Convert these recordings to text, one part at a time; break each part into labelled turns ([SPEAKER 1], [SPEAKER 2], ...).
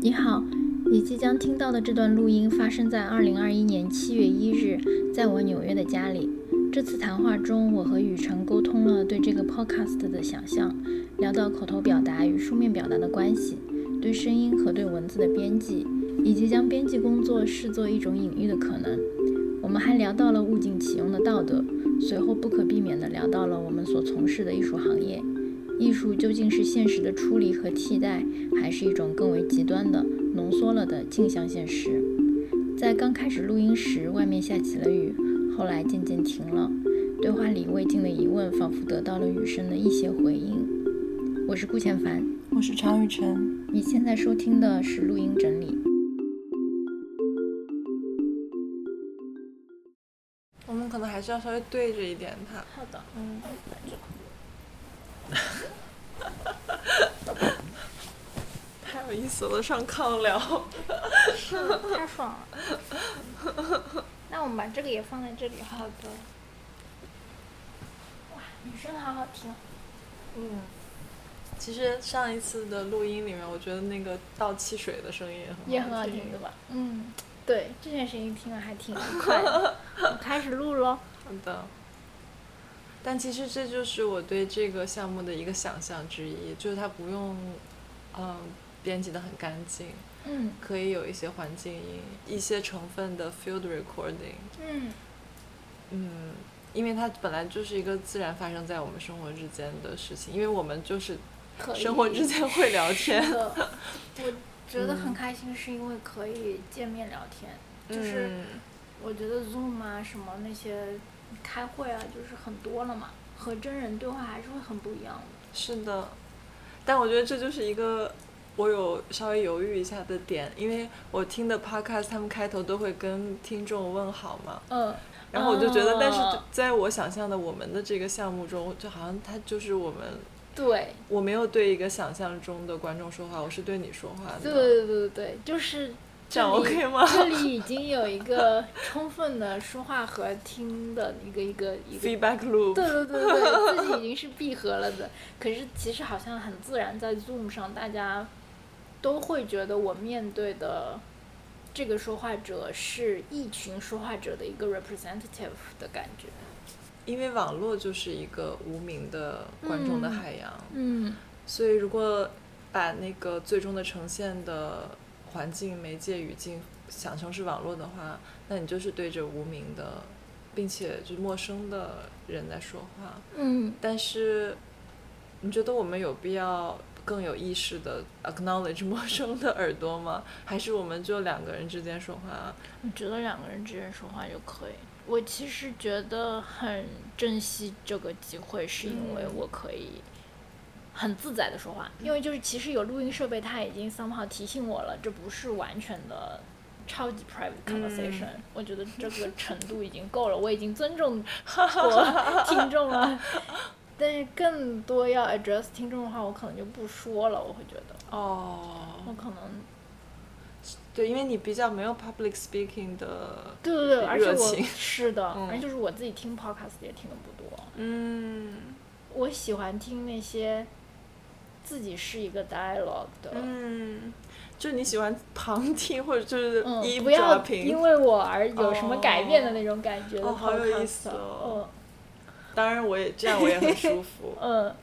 [SPEAKER 1] 你好，你即将听到的这段录音发生在二零二一年七月一日，在我纽约的家里。这次谈话中，我和雨辰沟通了对这个 podcast 的想象，聊到口头表达与书面表达的关系，对声音和对文字的编辑，以及将编辑工作视作一种隐喻的可能。我们还聊到了物尽其用的道德，随后不可避免地聊到了我们所从事的艺术行业。艺术究竟是现实的出离和替代，还是一种更为极端的、浓缩了的镜像现实？在刚开始录音时，外面下起了雨，后来渐渐停了。对话里未尽的疑问，仿佛得到了雨声的一些回应。我是顾倩凡，
[SPEAKER 2] 我是常雨辰。
[SPEAKER 1] 你现在收听的是录音整理。
[SPEAKER 2] 我们可能还是要稍微对着一点它。
[SPEAKER 1] 好的，
[SPEAKER 2] 嗯，太有意思了，上炕聊。
[SPEAKER 3] 是太爽了。 那我们把这个也放在这里。好的。哇，女生好好听。
[SPEAKER 2] 嗯，其实上一次的录音里面，我觉得那个倒汽水的声音
[SPEAKER 1] 也
[SPEAKER 2] 也
[SPEAKER 1] 很
[SPEAKER 2] 很
[SPEAKER 1] 好
[SPEAKER 2] 好
[SPEAKER 1] 听，对吧？
[SPEAKER 3] 嗯，
[SPEAKER 1] 对，
[SPEAKER 3] 这件事情听了还挺愉快 的。我开始录喽。
[SPEAKER 2] 好的。但其实这就是我对这个项目的一个想象之一，就是它不用，嗯，编辑的很干净，
[SPEAKER 1] 嗯
[SPEAKER 2] 可以有一些环境音，一些成分的 field recording。
[SPEAKER 3] 嗯
[SPEAKER 2] 嗯，因为它本来就是一个自然发生在我们生活之间的事情，因为我们就是
[SPEAKER 3] 可以。
[SPEAKER 2] 生 活之间会聊天，
[SPEAKER 3] 的。我觉得很开心，是因为可以见面聊天。就是
[SPEAKER 2] 嗯嗯
[SPEAKER 3] 我觉得 Zoom 啊什么那些开会啊，就是很多了嘛，和真人对话还是会很不一样的。
[SPEAKER 2] 是的，但我觉得这就是一个我有稍微犹豫一下的点，因为我听的 podcast 他们开头都会跟听众问好嘛，
[SPEAKER 1] 嗯，
[SPEAKER 2] 然后我就觉
[SPEAKER 3] 啊
[SPEAKER 2] 得，但是
[SPEAKER 1] 哦
[SPEAKER 2] 在我想象的我们的这个项目中，就好像它就是我们。
[SPEAKER 1] 对，
[SPEAKER 2] 我没有对一个想象中的观众说话，我是对你说话的。
[SPEAKER 1] 对对对对，就是
[SPEAKER 2] 这样
[SPEAKER 1] 这里
[SPEAKER 2] OK 吗？
[SPEAKER 1] 这里已经有一个充分的说话和听的一个一个一 个，
[SPEAKER 2] feedback loop。
[SPEAKER 1] 对对对对，自己已经是闭合了的。可是其实好像很自然，在 Zoom 上，大家都会觉得我面对的这个说话者是一群说话者的一个 representative 的感觉。
[SPEAKER 2] 因为网络就是一个无名的观众
[SPEAKER 1] 嗯
[SPEAKER 2] 的海洋，
[SPEAKER 1] 嗯
[SPEAKER 2] 所以如果把那个最终的呈现的环境、媒介、语境想成是网络的话，那你就是对着无名的，并且就是陌生的人在说话。
[SPEAKER 1] 嗯，
[SPEAKER 2] 但是，你觉得我们有必要更有意识的 acknowledge 陌生的耳朵吗？还是我们就两个人之间说话？啊
[SPEAKER 1] 我觉得两个人之间说话就可以。我其实觉得很珍惜这个机会，是因为
[SPEAKER 2] 嗯
[SPEAKER 1] 我可以很自在的说话，因为就是其实有录音设备，它已经 somehow 提醒我了，这不是完全的。超级 private conversation，、我觉得这个程度已经够了，我已经尊重我听众了。但是更多要 address 听众的话，我可能就不说了，我会觉得，
[SPEAKER 2] 哦
[SPEAKER 1] 我可能
[SPEAKER 2] 对，因为你比较没有 public speaking 的
[SPEAKER 1] 对对对，而且
[SPEAKER 2] 热
[SPEAKER 1] 我
[SPEAKER 2] 情
[SPEAKER 1] 是 的，
[SPEAKER 2] 嗯
[SPEAKER 1] 而且就是我自己听 podcast 也听的不多，
[SPEAKER 2] 嗯
[SPEAKER 1] 我喜欢听那些自己是一个 dialogue 的，
[SPEAKER 2] 嗯，就你喜欢旁听或者就是
[SPEAKER 1] 嗯，
[SPEAKER 2] 一
[SPEAKER 1] 不要因
[SPEAKER 2] 屏。
[SPEAKER 1] 为我而有什么改变的那种感觉的 podcast，、。
[SPEAKER 2] 哦好有意思哦当然，我也这样，我也很舒服
[SPEAKER 1] 嗯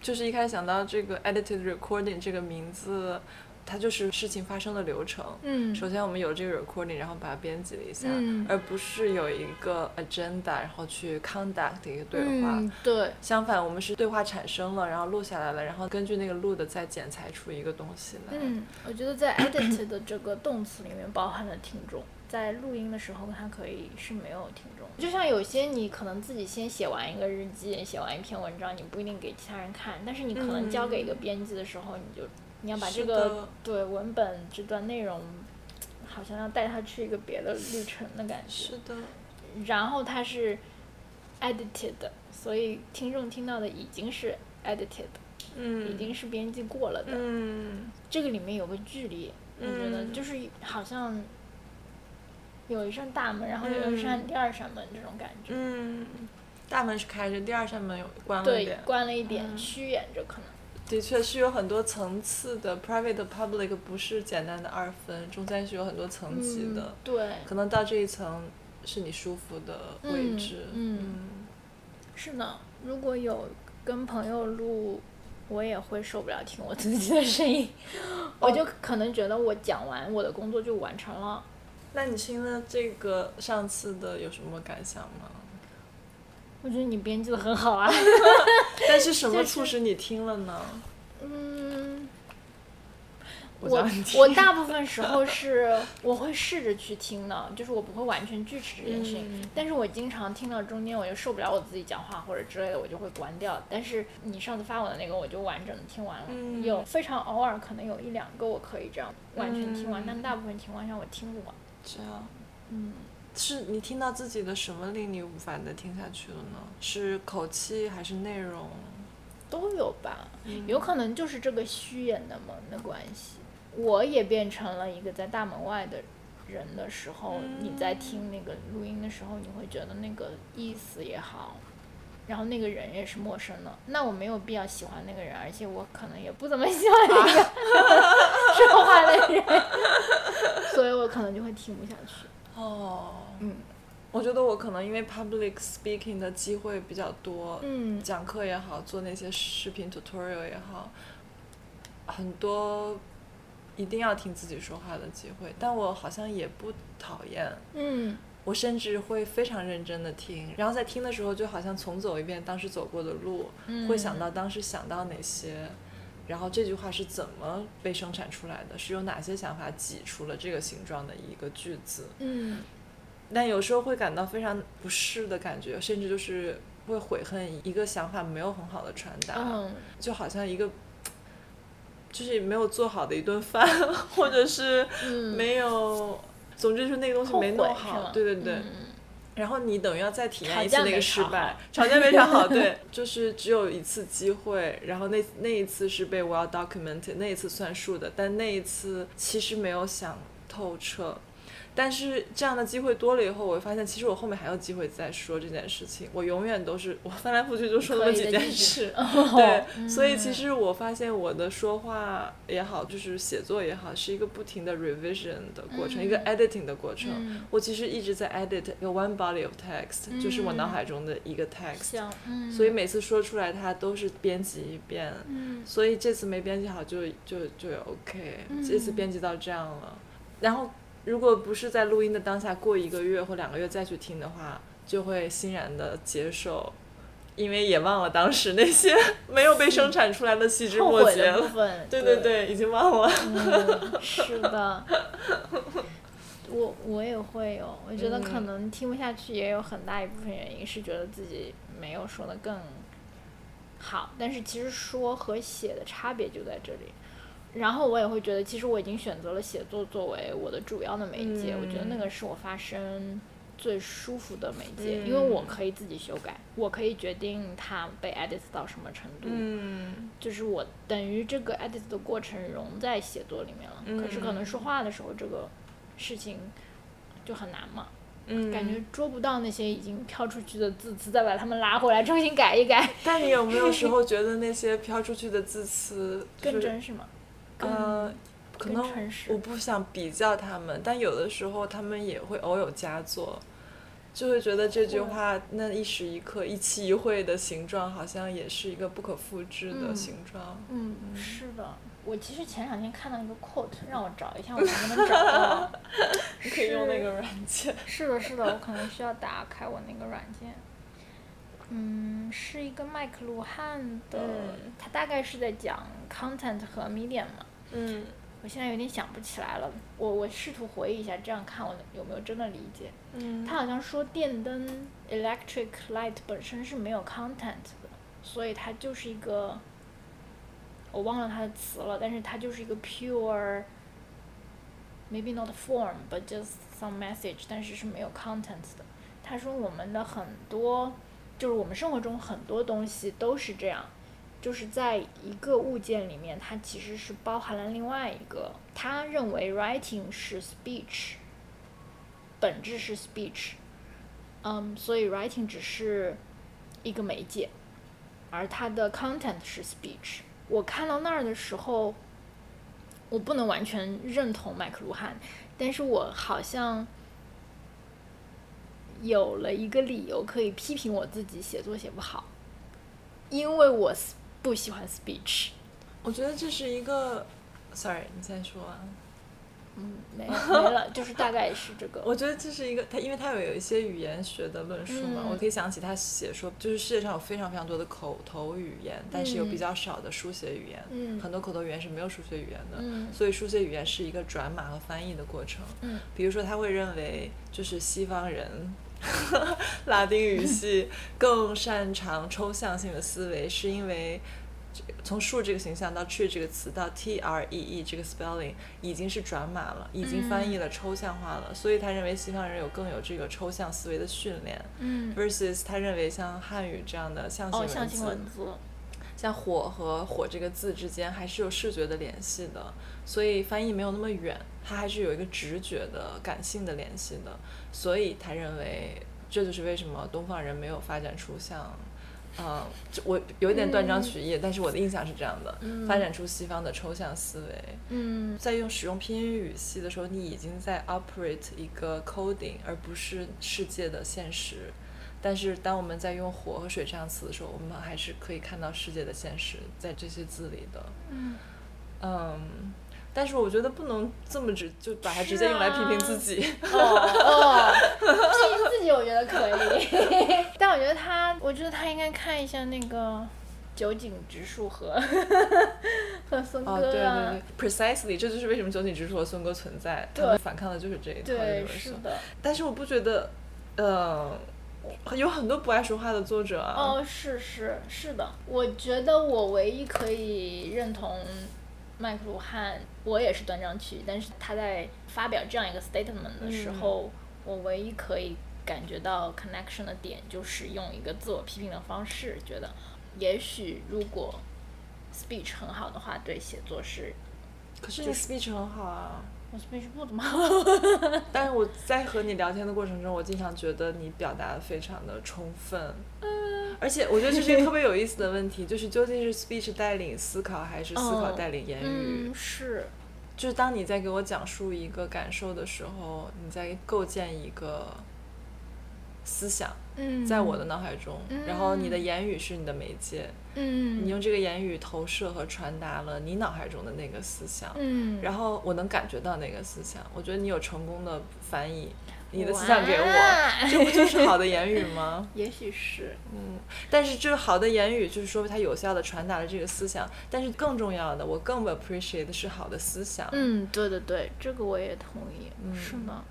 [SPEAKER 2] 就是一开始想到这个 edited recording 这个名字，它就是事情发生的流程。
[SPEAKER 1] 嗯
[SPEAKER 2] 首先，我们有这个 recording，然后把它编辑了一下，
[SPEAKER 1] 嗯
[SPEAKER 2] 而不是有一个 agenda，然后去 conduct 一个对话。
[SPEAKER 1] 嗯对，
[SPEAKER 2] 相反，我们是对话产生了，然后录下来了，然后根据那个录的再剪裁出一个东西来。
[SPEAKER 1] 嗯，我觉得在 edit 的这个动词里面包含了听众。在录音的时候，它可以是没有听众，就像有些你可能自己先写完一个日记，写完一篇文章，你不一定给其他人看，但是你可能交给一个编辑的时候，你就你要把这
[SPEAKER 2] 嗯是
[SPEAKER 1] 个
[SPEAKER 2] 的
[SPEAKER 1] 对文本这段内容，好像要带它去一个别的旅程的感觉。
[SPEAKER 2] 是的，
[SPEAKER 1] 然后它是 edited，的所以听众听到的已经是 edited，、
[SPEAKER 2] 嗯，
[SPEAKER 1] 已经是编辑过了的。
[SPEAKER 2] 嗯，
[SPEAKER 1] 这个里面有个距离，我觉得
[SPEAKER 2] 嗯
[SPEAKER 1] 就是好像有一扇大门，然后有一扇
[SPEAKER 2] 嗯
[SPEAKER 1] 第二扇门这种感觉，
[SPEAKER 2] 嗯，大门是开着，第二扇门有关了
[SPEAKER 1] 对
[SPEAKER 2] 一点，。
[SPEAKER 1] 关了一点，
[SPEAKER 2] 嗯
[SPEAKER 1] 虚掩着可能。
[SPEAKER 2] 的确是有很多层次的，private public 不是简单的二分，中间是有很多层级的，
[SPEAKER 3] 嗯、对，
[SPEAKER 2] 可能到这一层是你舒服的位置。
[SPEAKER 3] 嗯，是的，如果有跟朋友录，我也会受不了听我自己的声音，
[SPEAKER 2] 哦
[SPEAKER 3] 我就可能觉得我讲完我的工作就完成了。
[SPEAKER 2] 那你听了这个上次的有什么感想吗？
[SPEAKER 3] 我觉得你编辑的很好啊。
[SPEAKER 2] 但是什么促使你听了呢？
[SPEAKER 3] 嗯，
[SPEAKER 2] 叫
[SPEAKER 3] 我
[SPEAKER 2] 你听
[SPEAKER 3] 我大部分时候是我会试着去听的，就是我不会完全拒斥这件事情，
[SPEAKER 2] 嗯
[SPEAKER 3] 但是我经常听到中间我就受不了我自己讲话或者之类的，我就会关掉。但是你上次发我的那个，我就完整的听完了，
[SPEAKER 2] 嗯
[SPEAKER 3] 有非常偶尔可能有一两个我可以这样完全听完，
[SPEAKER 2] 嗯
[SPEAKER 3] 但大部分情况下我听 不完。
[SPEAKER 2] 这样
[SPEAKER 3] 嗯，
[SPEAKER 2] 是你听到自己的什么令你无法再听下去了呢？是口气还是内容？
[SPEAKER 3] 都有吧，有可能就是这个虚掩的门的关系。我也变成了一个在大门外的人的时候，你在听那个录音的时候，你会觉得那个意思也好，然后那个人也是陌生的，那我没有必要喜欢那个人，而且我可能也不怎么喜欢那个说话的人，所以我可能就会听不下去。
[SPEAKER 2] 哦，
[SPEAKER 3] 嗯
[SPEAKER 2] 我觉得我可能因为 public speaking 的机会比较多，
[SPEAKER 3] 嗯
[SPEAKER 2] 讲课也好，做那些视频 tutorial 也好，很多一定要听自己说话的机会，但我好像也不讨厌，
[SPEAKER 3] 嗯
[SPEAKER 2] 我甚至会非常认真的听，然后在听的时候就好像重走一遍当时走过的路，
[SPEAKER 3] 嗯
[SPEAKER 2] 会想到当时想到哪些，然后这句话是怎么被生产出来的，是由哪些想法挤出了这个形状的一个句子，
[SPEAKER 3] 嗯
[SPEAKER 2] 但有时候会感到非常不适的感觉，甚至就是会悔恨一个想法没有很好的传达，
[SPEAKER 3] 嗯，
[SPEAKER 2] 就好像一个就是没有做好的一顿饭， 或者是
[SPEAKER 3] 嗯
[SPEAKER 2] 没有，总之就是那个东西
[SPEAKER 3] 后
[SPEAKER 2] 没
[SPEAKER 3] 悔
[SPEAKER 2] 弄
[SPEAKER 3] 是吗
[SPEAKER 2] 好，对对对。
[SPEAKER 3] 嗯
[SPEAKER 2] 然后你等于要再体
[SPEAKER 3] 吵
[SPEAKER 2] 验一次
[SPEAKER 3] 架
[SPEAKER 2] 那
[SPEAKER 3] 没
[SPEAKER 2] 个失
[SPEAKER 3] 吵
[SPEAKER 2] 败，吵架没吵好， 对，就是只有一次机会，然后那那一次是被 well documented，那一次算数的，但那一次其实没有想透彻。但是这样的机会多了以后，我会发现其实我后面还有机会再说这件事情。我永远都是我翻来覆去就说那么
[SPEAKER 3] 可以
[SPEAKER 2] 几
[SPEAKER 3] 的
[SPEAKER 2] 件
[SPEAKER 3] 例子
[SPEAKER 2] 事，对，所以其实我发现我的说话也好，就是写作也好，是一个不停的 revision 的过程，一个 editing 的过程。
[SPEAKER 3] 嗯
[SPEAKER 2] 我其实一直在 edit 一个 one body of text，、就是我脑海中的一个 text，
[SPEAKER 3] 像嗯，
[SPEAKER 2] 所以每次说出来它都是编辑一遍。
[SPEAKER 3] 嗯。
[SPEAKER 2] 所以这次没编辑好就就就 OK，、这次编辑到这样了。然后如果不是在录音的当下过一个月或两个月再去听的话，就会欣然的接受，因为也忘了当时那些没有被生产出来的细枝
[SPEAKER 3] 后
[SPEAKER 2] 末
[SPEAKER 3] 悔
[SPEAKER 2] 节
[SPEAKER 3] 的部
[SPEAKER 2] 了。
[SPEAKER 3] 分。
[SPEAKER 2] 对
[SPEAKER 3] 对
[SPEAKER 2] 对，对，已经忘 了。
[SPEAKER 3] 嗯，是的。我我也会有，我觉得可
[SPEAKER 2] 嗯
[SPEAKER 3] 能听不下去也有很大一部分原因是觉得自己没有说的更好，但是其实说和写的差别就在这里。然后我也会觉得，其实我已经选择了写作作为我的主要的媒介，我觉得那
[SPEAKER 2] 嗯
[SPEAKER 3] 个是我发声最舒服的媒介，
[SPEAKER 2] 嗯
[SPEAKER 3] 因为我可以自己修改，我可以决定它被 edit 到什么程度，
[SPEAKER 2] 嗯
[SPEAKER 3] 就是我等于这个 edit 的过程融在写作里面了。
[SPEAKER 2] 嗯
[SPEAKER 3] 可是可能说话的时候，这个事情就很难嘛，
[SPEAKER 2] 嗯，
[SPEAKER 3] 感觉捉不到那些已经飘出去的字词，再把它们拉回来重新改一改，
[SPEAKER 2] 但你有没有时候觉得那些飘出去的字 词
[SPEAKER 3] 更
[SPEAKER 2] 就是
[SPEAKER 3] 真实嘛。
[SPEAKER 2] 呃，可
[SPEAKER 3] 更
[SPEAKER 2] 能
[SPEAKER 3] 诚实
[SPEAKER 2] 我不想比较他们，但有的时候他们也会偶有佳作，就会觉得这句
[SPEAKER 3] 会
[SPEAKER 2] 话那一时一刻、一期一会的形状，好像也是一个不可复制的
[SPEAKER 3] 嗯
[SPEAKER 2] 形状。
[SPEAKER 3] 嗯，是的。我其实前两天看到一个 quote，让我找一下，我能不能找到？
[SPEAKER 2] 你可以用那个软件。
[SPEAKER 3] 是的，是的，我可能需要打开我那个软件。嗯，是一个麦克卢汉的，
[SPEAKER 2] 嗯
[SPEAKER 3] 他大概是在讲 content 和 medium 嘛。
[SPEAKER 2] 嗯
[SPEAKER 3] 我现在有点想不起来了，我我试图回忆一下，这样看我有没有真的理解。
[SPEAKER 2] 嗯
[SPEAKER 3] 他好像说电灯 electric light 本身是没有 content 的，所以它就是一 个，我忘了它的词了，但是它就是一个 pure。Maybe not form, but just some message，但是是没有 content 的。他说我们的很多，就是我们生活中很多东西都是这样，就是在一个物件里面，它其实是包含了另外一个。他认为 writing 是 speech，本质是 speech，嗯，所以 writing 只是一个媒介，而它的 content 是 speech，我看到那儿的时候，我不能完全认同麦克卢汉，但是我好像有了一个理由可以批评我自己写作写不好，因为我 s- 不喜欢 speech。
[SPEAKER 2] 我觉得这是一个，sorry，你先说啊完。
[SPEAKER 3] 嗯，没没了，就是大概是这个。
[SPEAKER 2] 我觉得这是一个他，因为他有有一些语言学的论述嘛，
[SPEAKER 3] 嗯
[SPEAKER 2] 我可以想起他写说，就是世界上有非常非常多的口头语言，但是有比较少的书写语言，
[SPEAKER 3] 嗯
[SPEAKER 2] 很多口头语言是没有书写语言的，
[SPEAKER 3] 嗯
[SPEAKER 2] 所以书写语言是一个转码和翻译的过程。
[SPEAKER 3] 嗯
[SPEAKER 2] 比如说，他会认为就是西方人。 拉丁语系更擅长抽象性的思维，是因为从树这个形象到 tree 这个词到 t r e e 这个 spelling 已经是转码了，已经翻
[SPEAKER 3] 嗯
[SPEAKER 2] 译了抽象化了，所以他认为西方人有更有这个抽象思维的训练
[SPEAKER 3] 嗯，
[SPEAKER 2] ，versus 他认为像汉语这样的象形
[SPEAKER 3] 哦，
[SPEAKER 2] 文字，
[SPEAKER 3] 象形文字，
[SPEAKER 2] 像火和火这个字之间还是有视觉的联系的，所以翻译没有那么远，它还是有一个直觉的、感性的联系的，所以他认为这就是为什么东方人没有发展出像，呃，这我有一点断章取义，但是我的印象是这样的，
[SPEAKER 3] 嗯
[SPEAKER 2] 发展出西方的抽象思维。
[SPEAKER 3] 嗯
[SPEAKER 2] 在用使用拼音语系的时候，你已经在 operate 一个 coding，而不是世界的现实。但是当我们在用火和水这样词的时候，我们还是可以看到世界的现实在这些字里的。
[SPEAKER 3] 嗯，
[SPEAKER 2] 嗯，但是我觉得不能这么直就把它直接
[SPEAKER 3] 是啊
[SPEAKER 2] 用来批评自己。
[SPEAKER 3] 哦哦，批评自己我觉得可以， 但我觉得他，我觉得他应该看一下那个酒井直树和 和森
[SPEAKER 2] 哦，对
[SPEAKER 3] 哥啊，
[SPEAKER 2] 对对，precisely，这就是为什么九井直树和孙哥存在，他
[SPEAKER 3] 对
[SPEAKER 2] 们反抗的就是这一套
[SPEAKER 3] 对
[SPEAKER 2] universal
[SPEAKER 3] 是的，
[SPEAKER 2] 但是我不觉得，嗯、有很多不爱说话的作者啊。
[SPEAKER 3] 哦，是是是的，我觉得我唯一可以认同麦克卢汉，我也是断章取义，但是他在发表这样一个 statement 的
[SPEAKER 2] 嗯
[SPEAKER 3] 时候，我唯一可以感觉到 connection 的点，就是用一个自我批评的方式，觉得也许如果 speech 很好的话，对写作是。
[SPEAKER 2] 可是你 speech 很好啊。
[SPEAKER 3] 我 speech 不怎么好，
[SPEAKER 2] 但是我在和你聊天的过程中，我经常觉得你表达的非常的充分，
[SPEAKER 3] 嗯
[SPEAKER 2] 而且我觉得这是一个特别有意思的问题，就是究竟是 speech 带领思考，还是思考
[SPEAKER 3] 嗯
[SPEAKER 2] 带领言语？
[SPEAKER 3] 嗯，是，
[SPEAKER 2] 就是当你在给我讲述一个感受的时候，你在构建一个思想，
[SPEAKER 3] 嗯，
[SPEAKER 2] 在我的，脑海中，然后你的言语是你的媒介，
[SPEAKER 3] 嗯，
[SPEAKER 2] 你用，这个言语投射和传达了你脑海中的那个思想，
[SPEAKER 3] 嗯，
[SPEAKER 2] 然后我能感觉到那个思想，我觉得你有成功的翻译你的思想给我，
[SPEAKER 3] 哇
[SPEAKER 2] 这不就是好的言语 吗？
[SPEAKER 3] 也许是，
[SPEAKER 2] 嗯，但是这好的言语就是说它有效的传达了这个思想，但是更重要的，我更 appreciate 的是好的思想。
[SPEAKER 3] 嗯，对对对，这个我也同意，
[SPEAKER 2] 嗯
[SPEAKER 3] 是呢，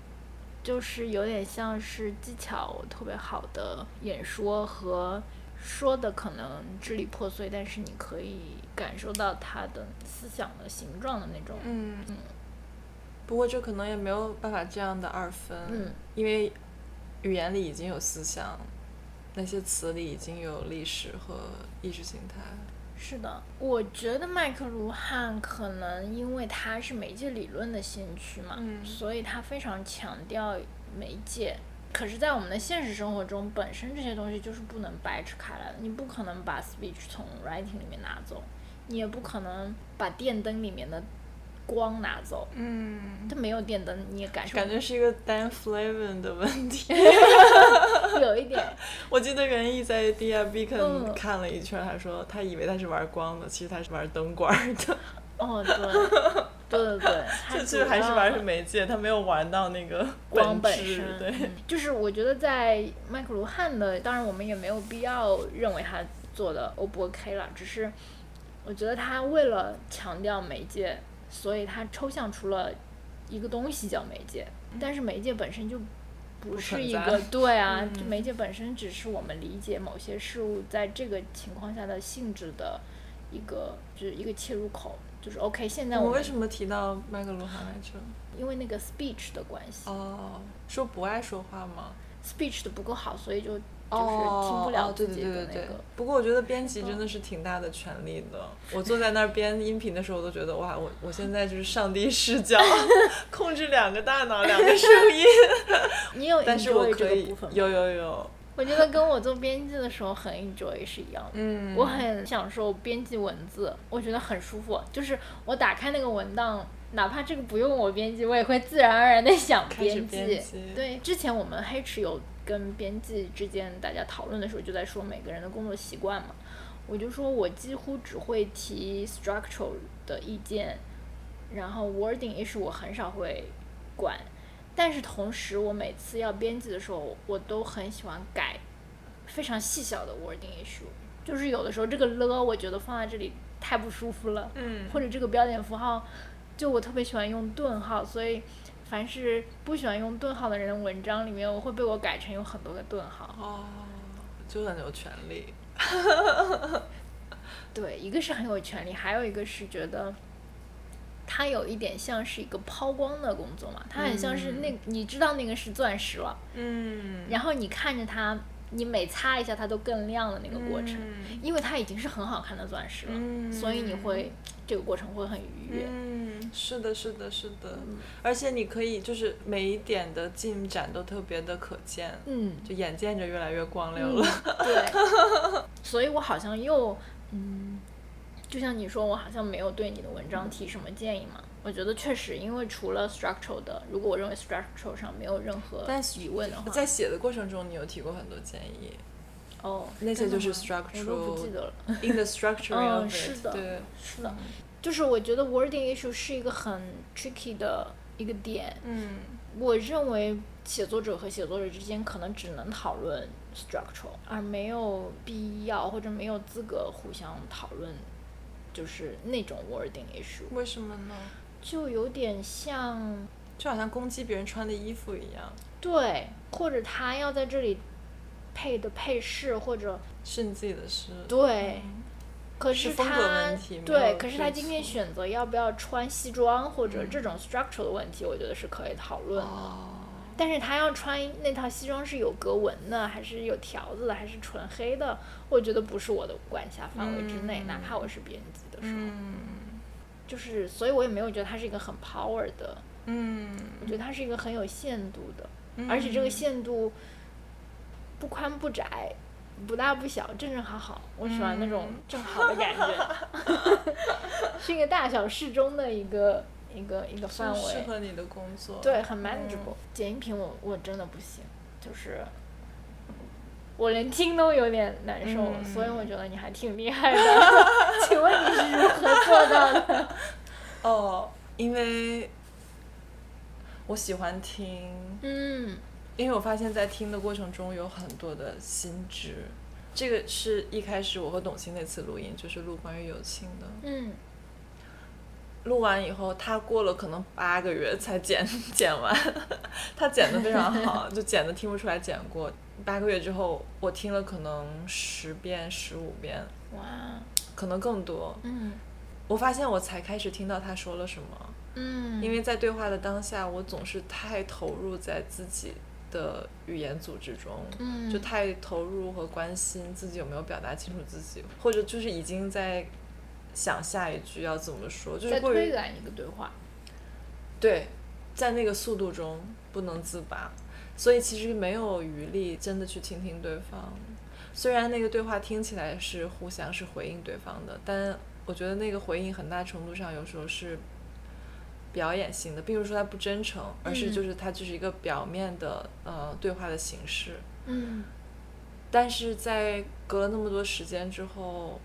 [SPEAKER 3] 就是有点像是技巧特别好的演说和说的可能支离破碎，但是你可以感受到他的思想的形状的那种，
[SPEAKER 2] 嗯不过这可能也没有办法这样的二分，
[SPEAKER 3] 嗯
[SPEAKER 2] 因为语言里已经有思想，那些词里已经有历史和意识形态。
[SPEAKER 3] 是的，我觉得麦克卢汉可能因为他是媒介理论的先驱嘛，
[SPEAKER 2] 嗯
[SPEAKER 3] 所以他非常强调媒介。可是，在我们的现实生活中，本身这些东西就是不能掰扯开来的，你不可能把 speech 从 writing 里面拿走，你也不可能把电灯里面的光拿走。
[SPEAKER 2] 嗯，
[SPEAKER 3] 它没有电灯，你也感受
[SPEAKER 2] 感觉是一个 Dan Flavin 的问题。
[SPEAKER 3] 有一点，
[SPEAKER 2] 我记得袁艺在 D R Beacon
[SPEAKER 3] 嗯
[SPEAKER 2] 看了一圈，他说他以为他是玩光的，其实他是玩灯管儿的，
[SPEAKER 3] 哦，对，对对对，它
[SPEAKER 2] 就
[SPEAKER 3] 主
[SPEAKER 2] 是还是
[SPEAKER 3] 要
[SPEAKER 2] 玩媒介，他没有玩到那个
[SPEAKER 3] 光本
[SPEAKER 2] 质。
[SPEAKER 3] 身，
[SPEAKER 2] 对，
[SPEAKER 3] 嗯就是我觉得在麦克卢汉的，当然我们也没有必要认为他做的 O 不 OK 了，只是我觉得他为了强调媒介，所以他抽象出了一个东西叫媒介，但是媒介本身就不是一
[SPEAKER 2] 不
[SPEAKER 3] 个
[SPEAKER 2] 存在
[SPEAKER 3] 对啊，
[SPEAKER 2] 嗯
[SPEAKER 3] 就媒介本身只是我们理解某些事物在这个情况下的性质的一个就是一个切入口，就是 OK，现在
[SPEAKER 2] 我
[SPEAKER 3] 我
[SPEAKER 2] 们
[SPEAKER 3] 们
[SPEAKER 2] 为什么提到麦克卢汉来着？
[SPEAKER 3] 因为那个 speech 的关系。
[SPEAKER 2] 哦，说不爱说话吗？
[SPEAKER 3] speech 的不够好，所以就就是听
[SPEAKER 2] 哦
[SPEAKER 3] 不
[SPEAKER 2] 哦
[SPEAKER 3] 了
[SPEAKER 2] 对
[SPEAKER 3] 自
[SPEAKER 2] 对
[SPEAKER 3] 己
[SPEAKER 2] 对对
[SPEAKER 3] 的那
[SPEAKER 2] 对
[SPEAKER 3] 个。。嗯
[SPEAKER 2] 不过我觉得编辑真的是挺大的权利的。我坐在那儿编音频的时候，我都觉得哇，我我现在就是上帝视 角，控制两个大脑，两个声音。
[SPEAKER 3] 你有
[SPEAKER 2] 但是我
[SPEAKER 3] enjoy
[SPEAKER 2] 可
[SPEAKER 3] 这个
[SPEAKER 2] 以
[SPEAKER 3] 部分吗？
[SPEAKER 2] 有有有，
[SPEAKER 3] 我觉得跟我做编辑的时候很 enjoy 是一样的。
[SPEAKER 2] 嗯，
[SPEAKER 3] 我很享受编辑文字，我觉得很舒服。就是我打开那个文档，哪怕这个不用我编辑，我也会自然而然的想
[SPEAKER 2] 开始
[SPEAKER 3] 编
[SPEAKER 2] 编辑，
[SPEAKER 3] 对，之前我们黑池有跟编辑之间大家讨论的时候，就在说每个人的工作习惯嘛。我就说我几乎只会提 structural 的意见，然后 wording issue 我很少会管，但是同时我每次要编辑的时候，我都很喜欢改非常细小的 wording issue，就是有的时候这个了我觉得放在这里太不舒服了，
[SPEAKER 2] 嗯，
[SPEAKER 3] 或者这个标点符号，就我特别喜欢用顿号，所以凡是不喜欢用顿号的人的文章里面，我会被我改成有很多个顿号。
[SPEAKER 2] 哦，就很有权利。
[SPEAKER 3] 对，一个是很有权利，还有一个是觉得。它有一点像是一个抛光的工作嘛，它很像是那，你知道那个是钻石了，
[SPEAKER 2] 嗯，
[SPEAKER 3] 然后你看着它，你每擦一下它都更亮的那个过程，因为它已经是很好看的钻石了，
[SPEAKER 2] 嗯
[SPEAKER 3] 所以你会这个过程会很愉悦。
[SPEAKER 2] 嗯，是的，是的，是的，
[SPEAKER 3] 嗯
[SPEAKER 2] 而且你可以就是每一点的进展都特别的可见，
[SPEAKER 3] 嗯，
[SPEAKER 2] 就眼见着越来越光溜
[SPEAKER 3] 嗯
[SPEAKER 2] 了。
[SPEAKER 3] 对， 所以我好像又嗯，就像你说，我好像没有对你的文章提什么建议嘛。我觉得确实，因为除了 structural 的，如果我认为 structural 上没有啊任何
[SPEAKER 2] 但
[SPEAKER 3] 疑问的话，
[SPEAKER 2] 在写的过程中，你有提过很多建议
[SPEAKER 3] 哦，
[SPEAKER 2] 那些
[SPEAKER 3] 真的
[SPEAKER 2] 就是
[SPEAKER 3] 吗我都不
[SPEAKER 2] structural
[SPEAKER 3] 记得了。
[SPEAKER 2] ，in the structure of
[SPEAKER 3] 嗯
[SPEAKER 2] it，
[SPEAKER 3] 是的
[SPEAKER 2] 对，
[SPEAKER 3] 是的，就是我觉得 wording issue 是一个很 tricky 的一个点。
[SPEAKER 2] 嗯
[SPEAKER 3] 我认为写作者和写作者之间可能只能讨论 structural，而没有必要或者没有资格互相讨论，就是那种 wording issue，
[SPEAKER 2] 为什么呢？
[SPEAKER 3] 就有点像
[SPEAKER 2] 就好像攻击别人穿的衣服一样，
[SPEAKER 3] 对，或者他要在这里配的配饰或者
[SPEAKER 2] 是你自己的事。
[SPEAKER 3] 对。可
[SPEAKER 2] 嗯是风格
[SPEAKER 3] 他
[SPEAKER 2] 问题没
[SPEAKER 3] 对
[SPEAKER 2] 有，
[SPEAKER 3] 可是
[SPEAKER 2] 对
[SPEAKER 3] 他今天
[SPEAKER 2] 错
[SPEAKER 3] 选择要不要穿西装或者
[SPEAKER 2] 嗯
[SPEAKER 3] 这种 structural 的问题，我觉得是可以讨论的。
[SPEAKER 2] 哦，
[SPEAKER 3] 但是他要穿那套西装是有格纹的，还是有条子的，还是纯黑的？我觉得不是我的管辖范围之内，
[SPEAKER 2] 嗯
[SPEAKER 3] 哪怕我是编辑的时候，
[SPEAKER 2] 嗯
[SPEAKER 3] 就是，所以我也没有觉得它是一个很 power 的，
[SPEAKER 2] 嗯，
[SPEAKER 3] 我觉得它是一个很有限度的，
[SPEAKER 2] 嗯
[SPEAKER 3] 而且这个限度不宽不窄，不大不小，正正好好。我喜欢那种
[SPEAKER 2] 嗯
[SPEAKER 3] 正好的 感觉， 是一个大小适中的一个一个一个
[SPEAKER 2] 是
[SPEAKER 3] 范围，
[SPEAKER 2] 适合你的工作。
[SPEAKER 3] 对，很 manageable。剪音频我我真的不行，就是我连听都有点难受，
[SPEAKER 2] 嗯
[SPEAKER 3] 所以我觉得你还挺厉 害的。请问你是如何做到的？
[SPEAKER 2] 哦，因为我喜欢听，
[SPEAKER 3] 嗯
[SPEAKER 2] 因为我发现在听的过程中有很多的新知。这个是一开始我和董卿那次录音，就是录关于友情的。
[SPEAKER 3] 嗯，
[SPEAKER 2] 录完以后，他过了可能八个月才剪剪完， 他剪的非常好，就剪的听不出来剪过。八个月之后，我听了可能十遍、十五遍，
[SPEAKER 3] 哇，
[SPEAKER 2] 可能更多。
[SPEAKER 3] 嗯
[SPEAKER 2] 我发现我才开始听到他说了什么，
[SPEAKER 3] 嗯，
[SPEAKER 2] 因为在对话的当下，我总是太投入在自己的语言组织中，
[SPEAKER 3] 嗯
[SPEAKER 2] 就太投入和关心自己有没有表达清楚自己，或者就是已经在想下一句要怎么说，就是
[SPEAKER 3] 在
[SPEAKER 2] 过
[SPEAKER 3] 推
[SPEAKER 2] 于
[SPEAKER 3] 赶一个对话。
[SPEAKER 2] 对，在那个速度中不能自拔，所以其实没有余力真的去倾听对方。虽然那个对话听起来是互相是回应对方的，但我觉得那个回应很大程度上有时候是表演性的，并不是说它不真诚，而是就是它就是一个表面的呃对话的形式。
[SPEAKER 3] 嗯
[SPEAKER 2] 但是在隔了那么多时间之后，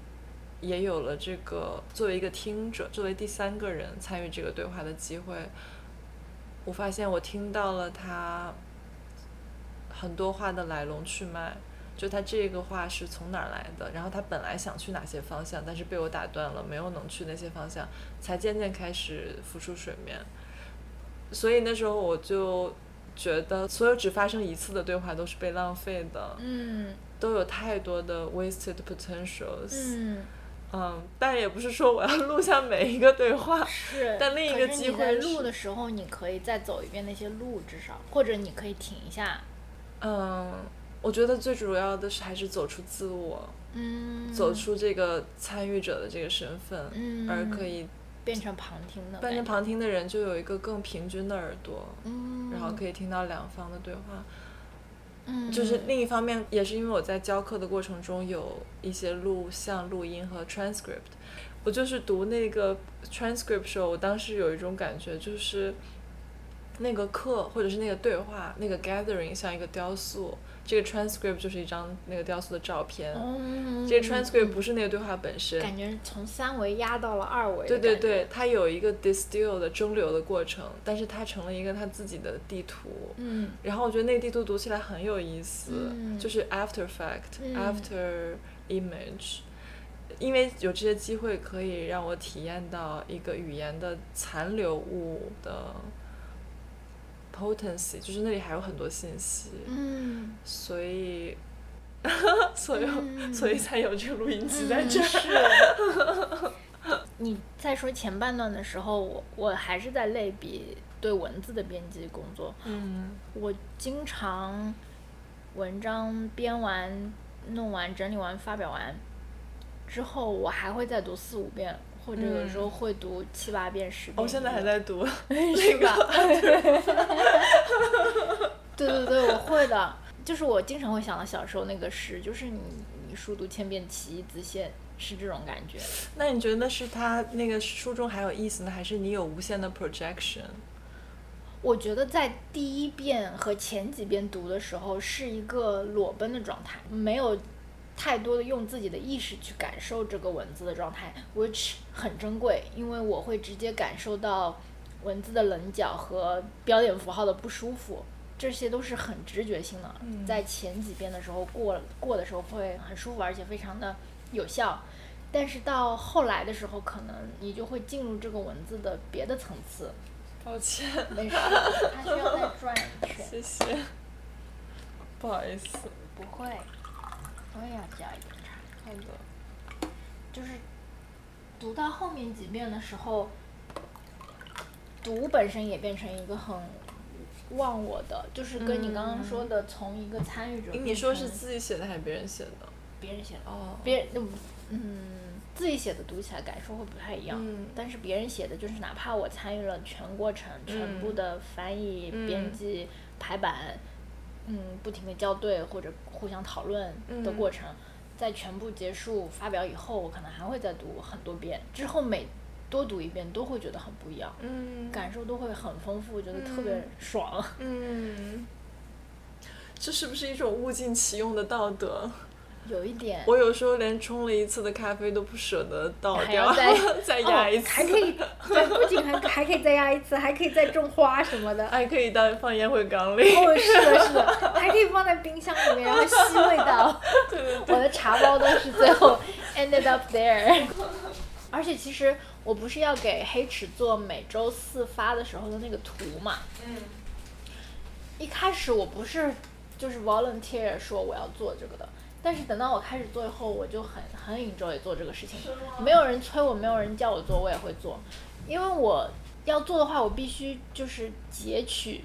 [SPEAKER 2] 也有了这个作为一个听者，作为第三个人参与这个对话的机会，我发现我听到了他很多话的来龙去脉，就他这个话是从哪儿来的，然后他本来想去哪些方向，但是被我打断了，没有能去那些方向，才渐渐开始浮出水面。所以那时候我就觉得，所有只发生一次的对话都是被浪费的。
[SPEAKER 3] 嗯
[SPEAKER 2] 都有太多的 wasted potentials。
[SPEAKER 3] 嗯，
[SPEAKER 2] 嗯，但也不是说我要录下每一个对话。
[SPEAKER 3] 是。
[SPEAKER 2] 但另一个
[SPEAKER 3] 可是
[SPEAKER 2] 机
[SPEAKER 3] 你
[SPEAKER 2] 会
[SPEAKER 3] 在
[SPEAKER 2] 是
[SPEAKER 3] 录的时候，你可以再走一遍那些路，至少或者你可以停一下。
[SPEAKER 2] 嗯，我觉得最主要的是还是走出自我，
[SPEAKER 3] 嗯，
[SPEAKER 2] 走出这个参与者的这个身份，
[SPEAKER 3] 嗯，
[SPEAKER 2] 而可以
[SPEAKER 3] 变成旁听的，
[SPEAKER 2] 伴着。旁听的人就有一个更平均的耳朵，
[SPEAKER 3] 嗯，
[SPEAKER 2] 然后可以听到两方的对话。
[SPEAKER 3] 嗯，
[SPEAKER 2] 就是另一方面，也是因为我在教课的过程中有一些录像、录音和 transcript。我就是读那个 transcript 时候，我当时有一种感觉，就是那个课或者是那个对话、那个 gathering 像一个雕塑，这个 transcript 就是一张那个雕塑的照片。
[SPEAKER 3] 嗯，
[SPEAKER 2] 呃这个 transcript 不是那个对话本身，
[SPEAKER 3] 感觉从三维压到了二维，
[SPEAKER 2] 对对，对，它有一个 distill 的蒸馏的过程，但是它成了一个它自己的地图。
[SPEAKER 3] 嗯
[SPEAKER 2] 然后我觉得那个地图读起来很有意思，
[SPEAKER 3] 嗯
[SPEAKER 2] 就是 after fact、
[SPEAKER 3] 嗯
[SPEAKER 2] after image，因为有这些机会可以让我体验到一个语言的残留物的 potency，就是那里还有很多信息，
[SPEAKER 3] 嗯，
[SPEAKER 2] 所 以，所以、所以
[SPEAKER 3] 嗯
[SPEAKER 2] 才有这个录音机在这儿。
[SPEAKER 3] 是你在说前半段的时候，我我还是在类比对文字的编辑工作。
[SPEAKER 2] 嗯
[SPEAKER 3] 我经常文章编完、弄完、整理完、发表完之后，我还会再读四五遍，或者有时候
[SPEAKER 2] 嗯
[SPEAKER 3] 会读七八遍、十遍。
[SPEAKER 2] 哦我、现在还，在读，
[SPEAKER 3] 是吧？对 对对，我会的。就是我经常会想到小时候那个诗，就是你你书读千遍，其义自现，是这种感觉。
[SPEAKER 2] 那你觉得是他那个书中还有意思呢，还是你有无限的 projection？
[SPEAKER 3] 我觉得在第一遍和前几遍读的时候是一个裸奔的状态，没有太多的用自己的意识去感受这个文字的状态，which 很珍贵，因为我会直接感受到文字的棱角和标点符号的不舒服，这些都是很直觉性的。
[SPEAKER 2] 嗯
[SPEAKER 3] 在前几遍的时候过过的时候会很舒服，而且非常的有效。但是到后来的时候，可能你就会进入这个文字的别的层次，
[SPEAKER 2] 抱歉，
[SPEAKER 3] 没事，他需要再转一圈。
[SPEAKER 2] 谢谢，不好意思。
[SPEAKER 3] 不会，我也要加一点茶。
[SPEAKER 2] 好的，
[SPEAKER 3] 就是读到后面几遍的时候，读本身也变成一个很忘我的，就是跟你刚刚说的，从一个参与者变成
[SPEAKER 2] 你说是自己写的还是别人写的？
[SPEAKER 3] 别人写的，
[SPEAKER 2] 哦，
[SPEAKER 3] 别人嗯嗯自己写的读起来感受会不太一样。
[SPEAKER 2] 嗯
[SPEAKER 3] 但是别人写的，就是哪怕我参与了全过程，全部的翻译、
[SPEAKER 2] 嗯
[SPEAKER 3] 编辑、排版，嗯，不停的校对或者互相讨论的过程，在全部结束发表以后，我可能还会再读很多遍，之后每多读一遍都会觉得很不一样，
[SPEAKER 2] 嗯
[SPEAKER 3] 感受都会很丰富，觉得特别
[SPEAKER 2] 嗯
[SPEAKER 3] 爽。
[SPEAKER 2] 嗯，这是不是一种物尽其用的道德？
[SPEAKER 3] 有一点，
[SPEAKER 2] 我有时候连冲了一次的咖啡都不舍得倒
[SPEAKER 3] 还
[SPEAKER 2] 掉
[SPEAKER 3] 要再，
[SPEAKER 2] 再压一
[SPEAKER 3] 哦、还
[SPEAKER 2] 次，
[SPEAKER 3] 可以，对，不仅还还可以再压一次，还可以再种花什么的。
[SPEAKER 2] 还哎可以当放烟灰缸里。
[SPEAKER 3] 哦，是的，是的，还可以放在冰箱里面，然后吸味道。我的茶包都是最后 ended up there。而且其实我不是要给黑池做每周四发的时候的那个图嘛？
[SPEAKER 2] 嗯
[SPEAKER 3] 一开始我不是就是 volunteer 说我要做这个的，但是等到我开始做以后，我就很很 enjoy 做这个事情。没有人催我，没有人叫我做，我也会做，因为我要做的话，我必须就是截取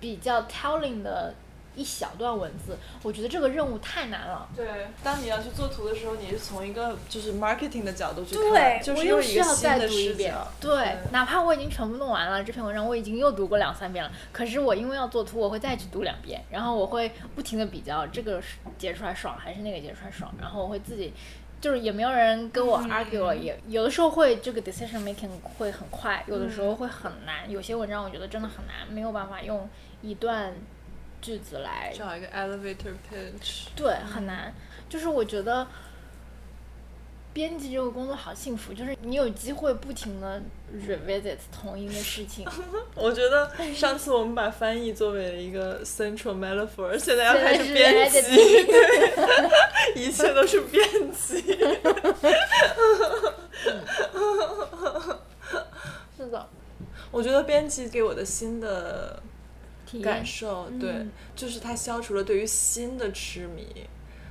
[SPEAKER 3] 比较 telling 的一小段文字。我觉得这个任务太难了。
[SPEAKER 2] 对， 当你要去做图的时候，你是从一个就是 marketing 的角度去看，就
[SPEAKER 3] 我
[SPEAKER 2] 是
[SPEAKER 3] 又
[SPEAKER 2] 一
[SPEAKER 3] 需
[SPEAKER 2] 个
[SPEAKER 3] 要
[SPEAKER 2] 新
[SPEAKER 3] 再
[SPEAKER 2] 的
[SPEAKER 3] 读一
[SPEAKER 2] 视
[SPEAKER 3] 遍
[SPEAKER 2] 角。。嗯
[SPEAKER 3] 对，哪怕我已经全部弄完了这篇文章，我已经又读过两三遍了。可是我因为要做图，我会再去读两遍，然后我会不停的比较这个是截出来爽还是那个截出来爽，然后我会自己。就是也没有人跟我 argue 了，也有的时候会这个 decision making 会很快，有的时候会很难。有些文章我觉得真的很难，没有办法用一段句子来
[SPEAKER 2] 找一个 elevator pitch。
[SPEAKER 3] 对，很难。就是我觉得编辑这个工作好幸福，就是你有机会不停的 revisit 同一个事 情，
[SPEAKER 2] 我觉得上次我们把翻译作为了一个 central metaphor，现在要
[SPEAKER 3] 现在
[SPEAKER 2] 开
[SPEAKER 3] 是
[SPEAKER 2] 始编
[SPEAKER 3] editing
[SPEAKER 2] 辑， 一切都是编辑。
[SPEAKER 3] 是的，
[SPEAKER 2] 我觉得编辑给我的新的
[SPEAKER 3] 体
[SPEAKER 2] 感
[SPEAKER 3] 验，
[SPEAKER 2] 受，
[SPEAKER 3] 嗯
[SPEAKER 2] 对，就是它消除了对于新的痴迷。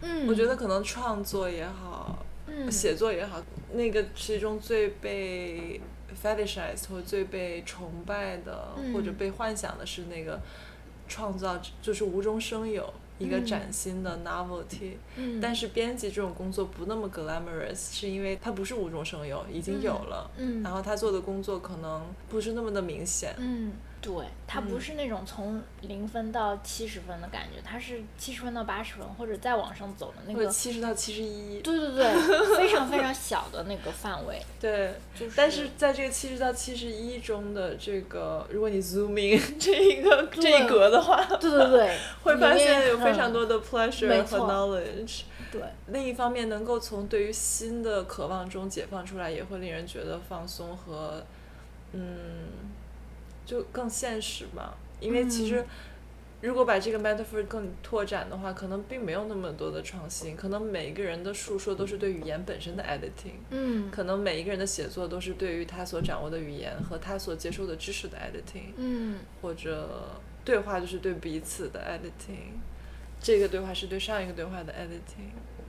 [SPEAKER 3] 嗯，
[SPEAKER 2] 我觉得可能创作也好，
[SPEAKER 3] 嗯，
[SPEAKER 2] 写作也好，那个其中最被 fetishized 或者最被崇拜的、
[SPEAKER 3] 嗯
[SPEAKER 2] 或者被幻想的是那个创造，就是无中生有一个
[SPEAKER 3] 嗯
[SPEAKER 2] 崭新的 novelty、
[SPEAKER 3] 嗯，
[SPEAKER 2] 但是编辑这种工作不那么 glamorous，是因为它不是无中生有，已经有了。
[SPEAKER 3] 嗯，
[SPEAKER 2] 然后他做的工作可能不是那么的明显，
[SPEAKER 3] 嗯，对，它不是那种从零分到七十分的感觉，它是七十分到八十分或者再往上走的那
[SPEAKER 2] 或者
[SPEAKER 3] 个，
[SPEAKER 2] 七十到七十一，
[SPEAKER 3] 对对 对，非常非常小的那个范围。
[SPEAKER 2] 对。
[SPEAKER 3] 就是，
[SPEAKER 2] 但是在这个七十到七十一中的这个，如果你 zoom in 这一个这一格的话，
[SPEAKER 3] 对对对，
[SPEAKER 2] 会发
[SPEAKER 3] 里面
[SPEAKER 2] 现有非
[SPEAKER 3] 很
[SPEAKER 2] 常多的 pleasure
[SPEAKER 3] 没
[SPEAKER 2] 和
[SPEAKER 3] 错
[SPEAKER 2] knowledge。
[SPEAKER 3] 对，
[SPEAKER 2] 另一方面，能够从对于新的渴望中解放出来，也会令人觉得放松和，嗯，就更现实吧。因为其
[SPEAKER 3] 嗯
[SPEAKER 2] 实，如果把这个 metaphor 更拓展的话，可能并没有那么多的创新，可能每一个人的述说都是对语言本身的 editing。
[SPEAKER 3] 嗯
[SPEAKER 2] 可能每一个人的写作都是对于他所掌握的语言和他所接受的知识的 editing，
[SPEAKER 3] 嗯，
[SPEAKER 2] 或者对话就是对彼此的 editing，这个对话是对上一个对话的 editing，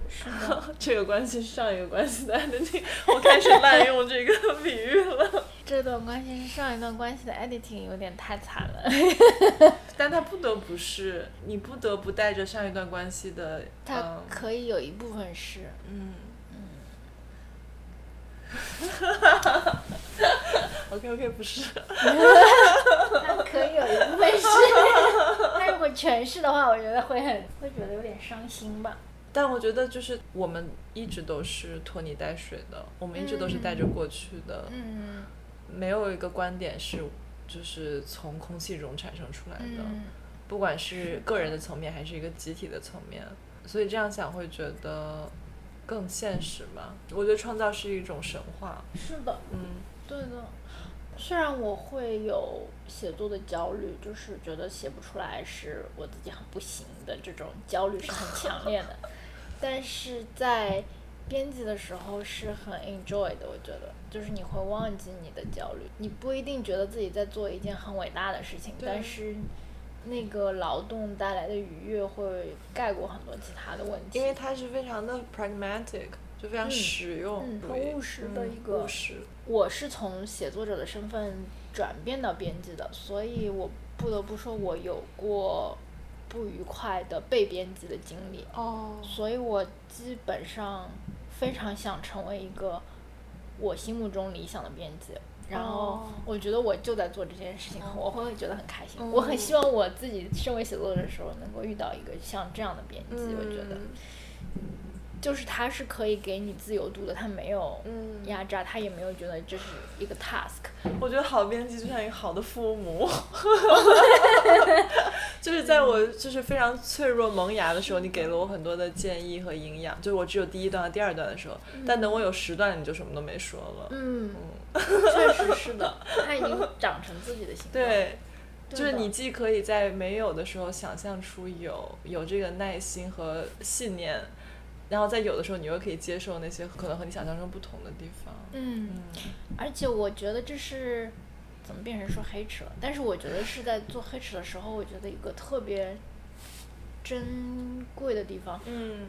[SPEAKER 3] 是的，
[SPEAKER 2] 这个关系是上一个关系的 editing，我 开始滥用这个比喻了，
[SPEAKER 3] 这段关系是上一段关系的 editing 有点太惨了，
[SPEAKER 2] 但他不得不是，你不得不带着上一段关系的，
[SPEAKER 3] 它
[SPEAKER 2] 嗯
[SPEAKER 3] 可以有一部分是，
[SPEAKER 2] 嗯。OK OK，不 是，
[SPEAKER 3] 它可以有一部分 是，它如果全是的话，我觉得会很会觉得有点伤心吧。
[SPEAKER 2] 但我觉得就是我们一直都是拖泥带水的，我们一直都是带着过去的，
[SPEAKER 3] 嗯
[SPEAKER 2] 没有一个观点是就是从空气中产生出来的，
[SPEAKER 3] 嗯，
[SPEAKER 2] 不管是个人的层面还是一个集体的层面，所以这样想会觉得更现实吧。我觉得创造是一种神话，
[SPEAKER 3] 是的，
[SPEAKER 2] 嗯
[SPEAKER 3] 对的。虽然我会有写作的焦虑，就是觉得写不出来是我自己很不行的这种焦虑是很强烈 的，但是在编辑的时候是很 enjoy 的，我觉得就是你会忘记你的焦虑，你不一定觉得自己在做一件很伟大的事情，
[SPEAKER 2] 对
[SPEAKER 3] 但是那个劳动带来的愉悦会盖过很多其他的问题，
[SPEAKER 2] 因为它是非常的 pragmatic，就非常
[SPEAKER 3] 嗯
[SPEAKER 2] 实用，
[SPEAKER 3] 嗯
[SPEAKER 2] 对
[SPEAKER 3] 很务实的
[SPEAKER 2] 嗯
[SPEAKER 3] 一个
[SPEAKER 2] 务实。
[SPEAKER 3] 我是从写作者的身份转变到编辑的，所以我不得不说，我有过不愉快的被编辑的经历，
[SPEAKER 2] 哦
[SPEAKER 3] 所以我基本上非常想成为一个我心目中理想的编辑。然后
[SPEAKER 2] 哦
[SPEAKER 3] 我觉得我就在做这件事情，
[SPEAKER 2] 哦
[SPEAKER 3] 我会觉得很开心。
[SPEAKER 2] 嗯
[SPEAKER 3] 我很希望我自己身为写作者的时候，能够遇到一个像这样的编辑。
[SPEAKER 2] 嗯
[SPEAKER 3] 我觉得，就是他是可以给你自由度的，他没有
[SPEAKER 2] 嗯
[SPEAKER 3] 压榨，他也没有觉得这是一个 task。
[SPEAKER 2] 我觉得好编辑就像一个好的父 母，就是在我就是非常脆弱萌芽的时候，你给了我很多的建议和营养。就是我只有第一段和第二段的时候，但等我有十段，你就什么都没说了。
[SPEAKER 3] 嗯，确实是的，他已经长成自己的形状。，嗯
[SPEAKER 2] 对，
[SPEAKER 3] 对
[SPEAKER 2] 就是
[SPEAKER 3] 的
[SPEAKER 2] 你既可以在没有的时候想象出有，有这个耐心和信念，然后在有的时候你又可以接受那些可能和你想象中不同的地方。
[SPEAKER 3] 嗯，
[SPEAKER 2] 嗯，
[SPEAKER 3] 而且我觉得这是怎么变成说黑齿了？但是我觉得是在做黑齿的时候，我觉得一个特别珍贵的地方。
[SPEAKER 2] 嗯，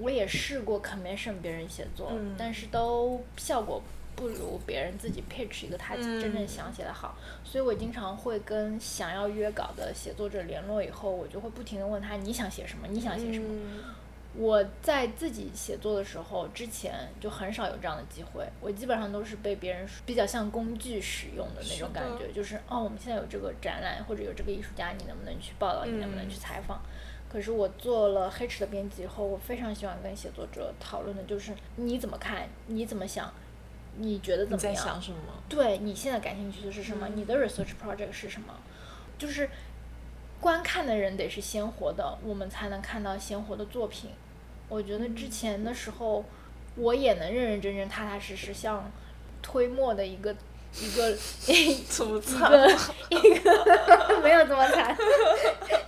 [SPEAKER 3] 我也试过 commission 别人写作，
[SPEAKER 2] 嗯
[SPEAKER 3] 但是都效果不如别人自己 pitch 一个他
[SPEAKER 2] 嗯
[SPEAKER 3] 真正想写的好，所以我经常会跟想要约稿的写作者联络以后，我就会不停的问他你想写什么，你想写什么。我在自己写作的时候，之前就很少有这样的机会，我基本上都是被别人比较像工具使用的那种
[SPEAKER 2] 是的
[SPEAKER 3] 感觉，就是哦，我们现在有这个展览或者有这个艺术家，你能不能去报道，你能不能去
[SPEAKER 2] 嗯
[SPEAKER 3] 采访？可是我做了黑池的编辑以后，我非常喜欢跟写作者讨论的就是你怎么看，你怎么想，你觉得
[SPEAKER 2] 你
[SPEAKER 3] 嗯怎么
[SPEAKER 2] 在
[SPEAKER 3] 样？
[SPEAKER 2] 想什么？
[SPEAKER 3] 对你现在感兴趣的是什么？你的 research project 是什么？就是观看的人得是鲜活的，我们才能看到鲜活的作品。我觉得之前的时候，我也能认认真真、踏踏实实，像推墨的一个一个一
[SPEAKER 2] 怎么惨？
[SPEAKER 3] 个 一个 没有这么惨，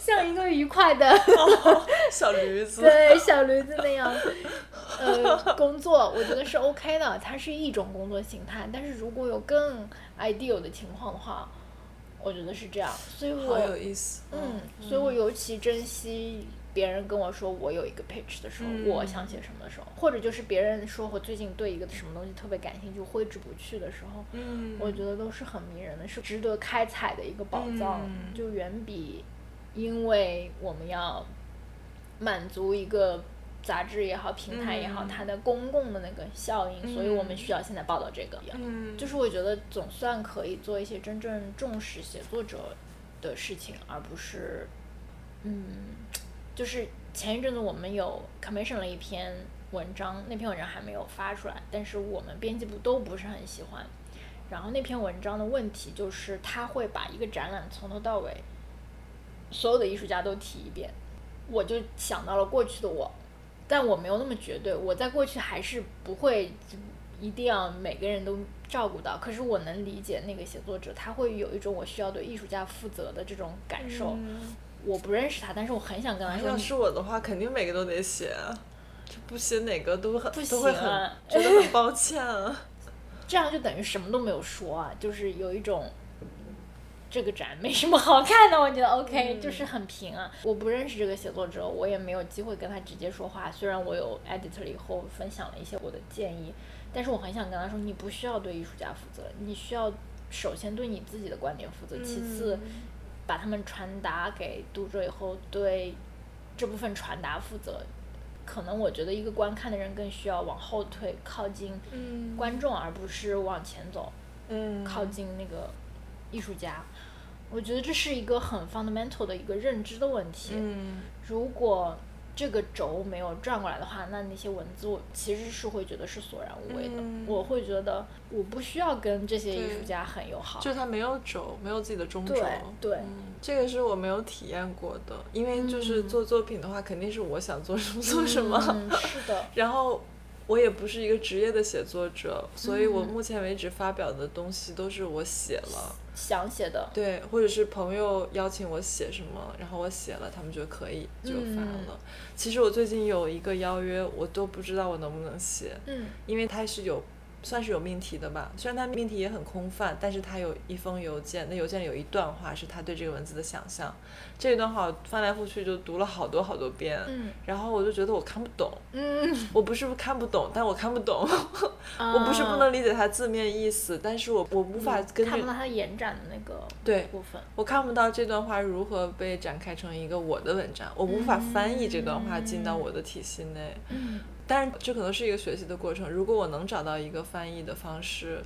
[SPEAKER 3] 像一个愉快的
[SPEAKER 2] 小驴子。
[SPEAKER 3] 对小驴子那样，呃，工作我觉得是 OK 的，它是一种工作形态。但是如果有更 ideal 的情况的话，我觉得是这样。所以
[SPEAKER 2] 好有
[SPEAKER 3] 我，
[SPEAKER 2] 意思。
[SPEAKER 3] 嗯，所以我尤其珍惜别人跟我说我有一个 pitch 的时候，
[SPEAKER 2] 嗯
[SPEAKER 3] 我想写什么的时候，或者就是别人说我最近对一个什么东西特别感兴趣，挥之不去的时候，
[SPEAKER 2] 嗯，
[SPEAKER 3] 我觉得都是很迷人的，是值得开采的一个宝藏，
[SPEAKER 2] 嗯
[SPEAKER 3] 就远比因为我们要满足一个
[SPEAKER 1] 杂志也好，平台也好，
[SPEAKER 2] 嗯
[SPEAKER 1] 它的公共的那个效应，所以我们需要现在报道这个。
[SPEAKER 2] 嗯，
[SPEAKER 1] 就是我觉得总算可以做一些真正重视写作者的事情，而不是，嗯，就是前一阵子我们有 commission 了一篇文章，那篇文章还没有发出来，但是我们编辑部都不是很喜欢。然后那篇文章的问题就是，他会把一个展览从头到尾，所有的艺术家都提一遍，我就想到了过去的我，但我没有那么绝对，我在过去还是不会一定要每个人都照顾到，可是我能理解那个写作者，他会有一种我需要对艺术家负责的这种感受。
[SPEAKER 2] 嗯哎
[SPEAKER 1] 我不认识他，但是我很想跟他说
[SPEAKER 2] 要
[SPEAKER 1] 你，
[SPEAKER 2] 是我的话，肯定每个都得写啊，就不写哪个都很
[SPEAKER 1] 不行啊
[SPEAKER 2] 都会很觉得很抱歉 啊。
[SPEAKER 1] 这样就等于什么都没有说啊，就是有一种这个展没什么好看的，我觉得 OK，、
[SPEAKER 2] 嗯
[SPEAKER 1] 就是很平啊。我不认识这个写作者，我也没有机会跟他直接说话。虽然我有 editor 以后分享了一些我的建议，但是我很想跟他说，你不需要对艺术家负责，你需要首先对你自己的观点负责，其次
[SPEAKER 2] 嗯
[SPEAKER 1] 把他们传达给读者以后，对这部分传达负责。可能我觉得一个观看的人更需要往后退，靠近
[SPEAKER 2] 嗯
[SPEAKER 1] 观众，而不是往前走，
[SPEAKER 2] 嗯
[SPEAKER 1] 靠近那个艺术家。我觉得这是一个很 fundamental 的一个认知的问题。
[SPEAKER 2] 嗯
[SPEAKER 1] 如果这个轴没有转过来的话，那那些文字我其实是会觉得是索然无味的。
[SPEAKER 2] 嗯
[SPEAKER 1] 我会觉得我不需要跟这些艺术
[SPEAKER 2] 对
[SPEAKER 1] 家很友好。
[SPEAKER 2] 就是他没有轴，没有自己的中轴。
[SPEAKER 1] 对对
[SPEAKER 2] 嗯，这个是我没有体验过的，因为就是做作品的话，肯定是我想做什么做什么。
[SPEAKER 1] 嗯， 是的，
[SPEAKER 2] 然后我也不是一个职业的写作者，所以我
[SPEAKER 1] 嗯
[SPEAKER 2] 目前为止发表的东西都是我写了，
[SPEAKER 1] 想写的。
[SPEAKER 2] 对，或者是朋友邀请我写什么，然后我写了，他们觉得可以就发
[SPEAKER 1] 嗯
[SPEAKER 2] 了。其实我最近有一个邀约，我都不知道我能不能写，
[SPEAKER 1] 嗯
[SPEAKER 2] 因为它是有。算是有命题的吧，虽然它命题也很空泛，但是它有一封邮件，那邮件里有一段话是他对这个文字的想象，这一段话我翻来覆去就读了好多好多遍，
[SPEAKER 1] 嗯
[SPEAKER 2] 然后我就觉得我看不 懂，
[SPEAKER 1] 嗯，
[SPEAKER 2] 我不是看不懂，但我看不懂，
[SPEAKER 1] 哦
[SPEAKER 3] 嗯
[SPEAKER 2] 我不是不
[SPEAKER 3] 啊
[SPEAKER 2] 能理解它字面意思，但是我我无
[SPEAKER 1] 无
[SPEAKER 2] 法
[SPEAKER 1] 嗯
[SPEAKER 2] 根
[SPEAKER 1] 看
[SPEAKER 2] 据
[SPEAKER 1] 不到他延展的那个
[SPEAKER 2] 对
[SPEAKER 1] 部分。
[SPEAKER 2] 我看不到这段话如何被展开成一个我的文章，我无法翻译这段话进到我的体系内。
[SPEAKER 1] 嗯
[SPEAKER 2] 但是这可能是一个学习的过程，如果我能找到一个翻译的方式。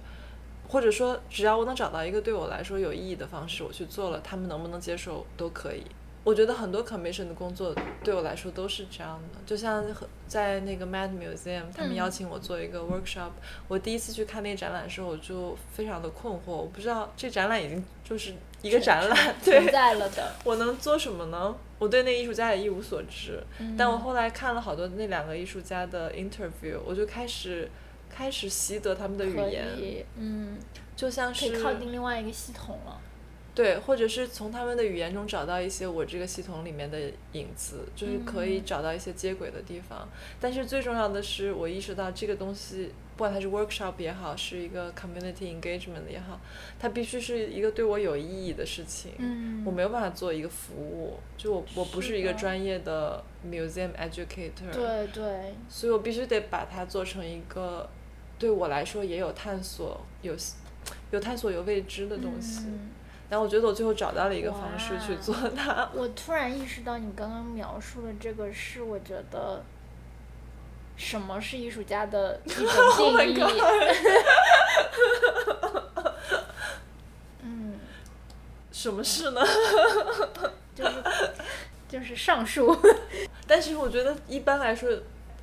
[SPEAKER 2] 或者说，只要我能找到一个对我来说有意义的方式，我去做了，他们能不能接受都可以。我觉得很多 commission 的工作对我来说都是这样的，就像很在那个 Mad Museum，他们
[SPEAKER 1] 嗯
[SPEAKER 2] 邀请我做一个 workshop，、我第一次去看那个展览的时候，我就非常的困惑，我不知道这展览已经就是一个展览，
[SPEAKER 1] 存
[SPEAKER 2] 对，
[SPEAKER 1] 在了的。
[SPEAKER 2] 我能做什么呢？我对那艺术家也一无所知，
[SPEAKER 1] 嗯
[SPEAKER 2] 但我后来看了好多那两个艺术家的 interview，我就开始开始习得他们的语
[SPEAKER 1] 可
[SPEAKER 2] 言，
[SPEAKER 1] 以，嗯，
[SPEAKER 2] 就像
[SPEAKER 1] 可以
[SPEAKER 2] 是
[SPEAKER 1] 靠近另外一个系统了。
[SPEAKER 2] 对，或者是从他们的语言中找到一些我这个系统里面的影子，就是可以
[SPEAKER 1] 嗯
[SPEAKER 2] 找到一些接轨的地方。但是最重要的是，我意识到这个东西，不管它是 workshop 也好，是一个 community engagement 也好，它必须是一个对我有意义的事情。
[SPEAKER 1] 嗯
[SPEAKER 2] 我没有办法做一个服务，就我我不是一个
[SPEAKER 1] 是的
[SPEAKER 2] 专业的 museum educator，
[SPEAKER 1] 对对，
[SPEAKER 2] 所以我必须得把它做成一个对我来说也有探索、有有探索、有未知的东西。
[SPEAKER 1] 嗯
[SPEAKER 2] 然后我觉得我最后找到了一个方式
[SPEAKER 1] 哇
[SPEAKER 2] 去做它。
[SPEAKER 1] 我突然意识到，你刚刚描述的这个是，我觉得什么是艺术家的 一种
[SPEAKER 2] Oh my
[SPEAKER 1] 定义。 嗯，
[SPEAKER 2] 什么事呢？
[SPEAKER 1] 就是就是上述。嗯
[SPEAKER 2] 但是我觉得一般来说，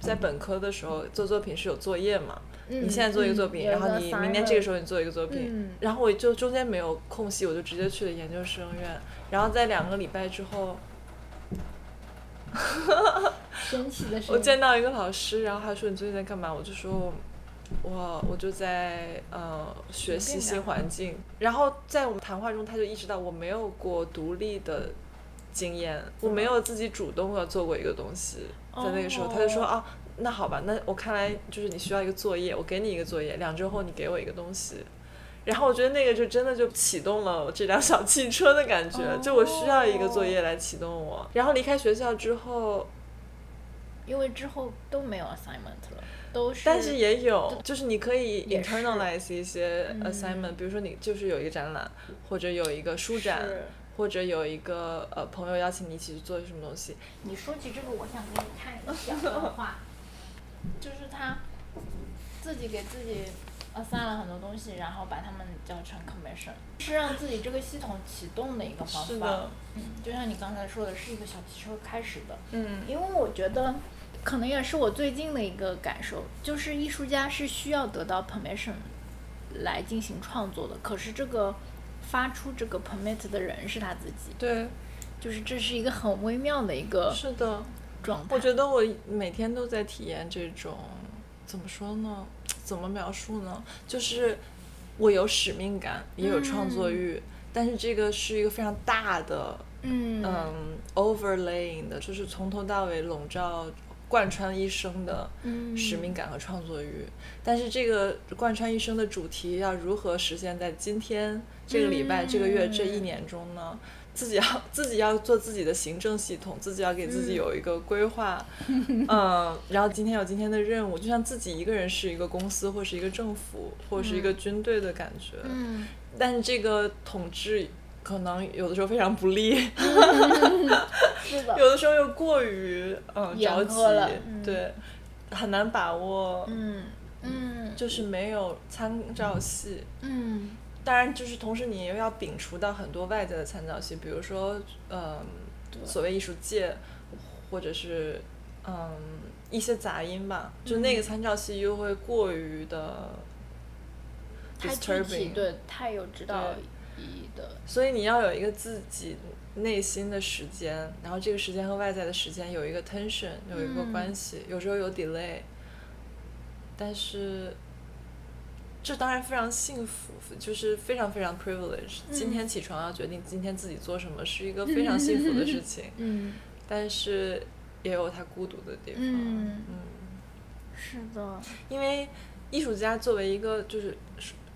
[SPEAKER 2] 在本科的时候做作品是有作业嘛，
[SPEAKER 1] 你
[SPEAKER 2] 你现在做一个作品，然后你明年这个时候你做一个作品，
[SPEAKER 1] 嗯
[SPEAKER 2] 然后我就中间没有空隙，我就直接去了研究生院，然后在两个礼拜之后，
[SPEAKER 1] 神奇的
[SPEAKER 2] 我
[SPEAKER 1] 声音，
[SPEAKER 2] 见到一个老师，然后他说你最近在干嘛？我就说。我我就在呃学习新环境，然后在我们谈话中，他就意识到我没有过独立的经验，我没有自己主动的做过一个东西，在那个时候，他就说
[SPEAKER 1] 哦
[SPEAKER 2] 啊，那好吧，那我看来就是你需要一个作业，我给你一个作业，两周后你给我一个东西。然后我觉得那个就真的就启动了我这辆小汽车的感觉，
[SPEAKER 1] 哦
[SPEAKER 2] 就我需要一个作业来启动我。然后离开学校之后，
[SPEAKER 1] 因为之后都没有 assignment 了，都是
[SPEAKER 2] 但是也有，就是你可以
[SPEAKER 1] 也是
[SPEAKER 2] internalize 一些
[SPEAKER 1] 嗯
[SPEAKER 2] assignment，、比如说你就是有一个展览，或者有一个书展，
[SPEAKER 1] 是
[SPEAKER 2] 或者有一个呃朋友邀请你一起去做什么东西，
[SPEAKER 3] 你说起这个，我想给你看一个小动 画，就是他自己给自己 assign 了很多东西，然后把它们叫成 commission，是让自己这个系统启动的一个方
[SPEAKER 2] 是
[SPEAKER 3] 法
[SPEAKER 2] 的。，
[SPEAKER 3] 嗯，就像你刚才说的，是一个小汽车开始的，
[SPEAKER 2] 嗯
[SPEAKER 3] 因为我觉得，可能也是我最近的一个感受，就是艺术家是需要得到 permission 来进行创作的。可是这个发出这个 permit 的人是他自己，
[SPEAKER 2] 对，
[SPEAKER 3] 就是这是一个很微妙的一个
[SPEAKER 2] 是的，
[SPEAKER 3] 状态。
[SPEAKER 2] 我觉得我每天都在体验这种，怎么说呢？怎么描述呢？就是我有使命感，也有创作欲，但是这个是一个非常大的，
[SPEAKER 3] 嗯
[SPEAKER 2] 嗯，overlaying 的，就是从头到尾笼罩、贯穿一生的
[SPEAKER 3] 嗯
[SPEAKER 2] 使命感和创作欲。但是这个贯穿一生的主题要如何实现在今天、这个礼拜、这个月、这一
[SPEAKER 3] 嗯
[SPEAKER 2] 年中呢？自己要自己要做自己的行政系统，自己要给自己有一个规划，嗯然后今天有今天的任务，就像自己一个人是一个公司或是一个政府或是一个军队的感觉，
[SPEAKER 3] 嗯，
[SPEAKER 2] 但这个统治可能有的时候非常不利，
[SPEAKER 3] 是的，
[SPEAKER 2] 有的时候又过于嗯
[SPEAKER 3] 严
[SPEAKER 2] 着
[SPEAKER 3] 苛
[SPEAKER 2] 急
[SPEAKER 3] 了，嗯
[SPEAKER 2] 对，很难把握，
[SPEAKER 3] 嗯嗯
[SPEAKER 2] 就是没有参照系。
[SPEAKER 3] 嗯
[SPEAKER 2] 当然，就是同时你又要摒除到很多外在的参照系，比如说，嗯，所谓艺术界，或者是嗯一些杂音吧，就
[SPEAKER 3] 嗯
[SPEAKER 2] 那个参照系又会过于的
[SPEAKER 3] 太具体，
[SPEAKER 2] disturbing，
[SPEAKER 3] 对，太有指导意义的，
[SPEAKER 2] 所以你要有一个自己内心的时间，然后这个时间和外在的时间有一个 tension，有一个
[SPEAKER 3] 嗯
[SPEAKER 2] 关系，有时候有 delay，但是这当然非常幸福，就是非常非常 privilege、今天起床要决定今天自己做什么，是一个非常幸福的事情，
[SPEAKER 3] 嗯
[SPEAKER 2] 但是也有它孤独的地方。
[SPEAKER 3] 嗯，
[SPEAKER 2] 嗯
[SPEAKER 3] 是的，
[SPEAKER 2] 因为艺术家作为一个就是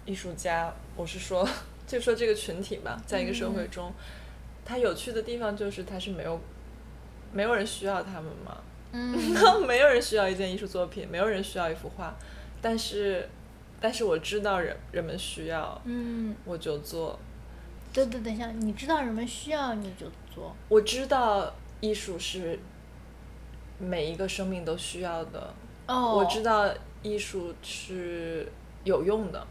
[SPEAKER 2] 艺术家，我是说就说这个群体吧，在一个社会中，他有趣的地方就是他是没有没有人需要他们嘛，
[SPEAKER 3] 嗯
[SPEAKER 2] 没有人需要一件艺术作品，没有人需要一幅画，但是但是我知道人人们需要，
[SPEAKER 3] 嗯。
[SPEAKER 2] 我就做，
[SPEAKER 3] 对对，等一下，你知道人们需要你就做，
[SPEAKER 2] 我知道艺术是每一个生命都需要的，
[SPEAKER 3] 哦
[SPEAKER 2] 我知，道艺术是有用的，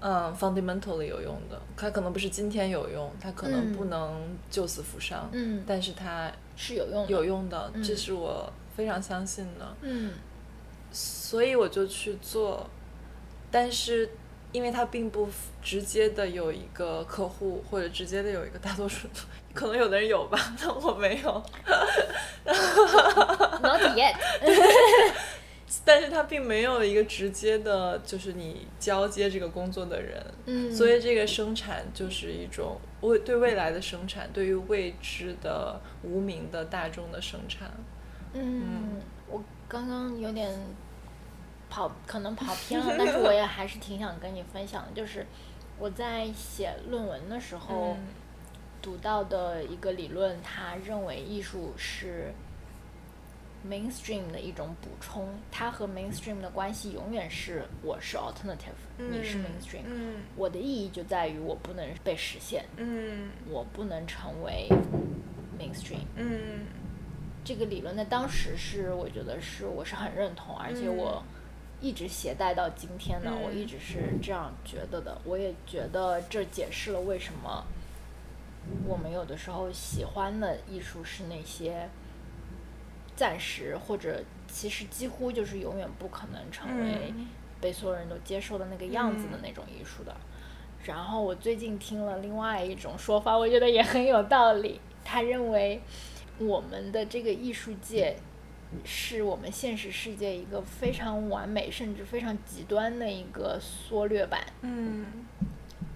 [SPEAKER 2] 嗯，fundamentally 有用的。它可能不是今天有用，它可能
[SPEAKER 3] 嗯
[SPEAKER 2] 不能救死扶伤，
[SPEAKER 3] 嗯，
[SPEAKER 2] 但是它
[SPEAKER 3] 是有用的，
[SPEAKER 2] 有，用的，
[SPEAKER 3] 嗯
[SPEAKER 2] 这是我非常相信的。
[SPEAKER 3] 嗯
[SPEAKER 2] 所以我就去做，但是因为它并不直接的有一个客户，或者直接的有一个大多数，可能有的人有吧， 但我没有。
[SPEAKER 3] ，not yet，
[SPEAKER 2] 但是它并没有一个直接的，就是你交接这个工作的人，
[SPEAKER 3] 嗯，
[SPEAKER 2] 所以这个生产就是一种未对未来的生产，对于未知的、无名的、大众的生产。
[SPEAKER 3] 嗯，我刚刚有点跑，可能跑偏 了，但是我也还是挺想跟你分享的，就是我在写论文的时候。
[SPEAKER 2] 嗯
[SPEAKER 3] 读到的一个理论，他认为艺术是 mainstream 的一种补充，它和 mainstream 的关系永远是我是 alternative，、你是 mainstream，、
[SPEAKER 2] 嗯
[SPEAKER 3] 我的意义就在于我不能被实现，
[SPEAKER 2] 嗯
[SPEAKER 3] 我不能成为 mainstream。
[SPEAKER 2] 嗯
[SPEAKER 3] 这个理论在当时是我觉得是我是很认同，而且我一直携带到今天呢，
[SPEAKER 2] 嗯
[SPEAKER 3] 我一直是这样觉得的。我也觉得这解释了为什么我们有的时候喜欢的艺术是那些暂时或者其实几乎就是永远不可能成为
[SPEAKER 2] 嗯
[SPEAKER 3] 被所有人都接受的那个样子的
[SPEAKER 2] 嗯
[SPEAKER 3] 那种艺术的。然后我最近听了另外一种说法，我觉得也很有道理。他认为我们的这个艺术界是我们现实世界一个非常完美甚至非常极端的一个缩略版，
[SPEAKER 2] 嗯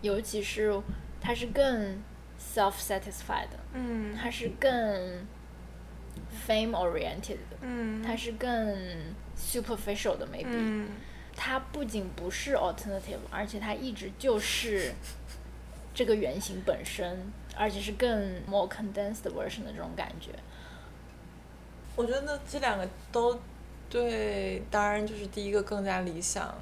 [SPEAKER 3] 尤其是它是更 self satisfied 的，
[SPEAKER 2] 嗯
[SPEAKER 3] 它是更 fame oriented 的，
[SPEAKER 2] 嗯
[SPEAKER 3] 它是更 superficial 的 maybe。它不仅不是 alternative，而且它一直就是这个原型本身，而且是更 more condensed version 的这种感觉。
[SPEAKER 2] 我觉得这两个都对，当然就是第一个更加理想，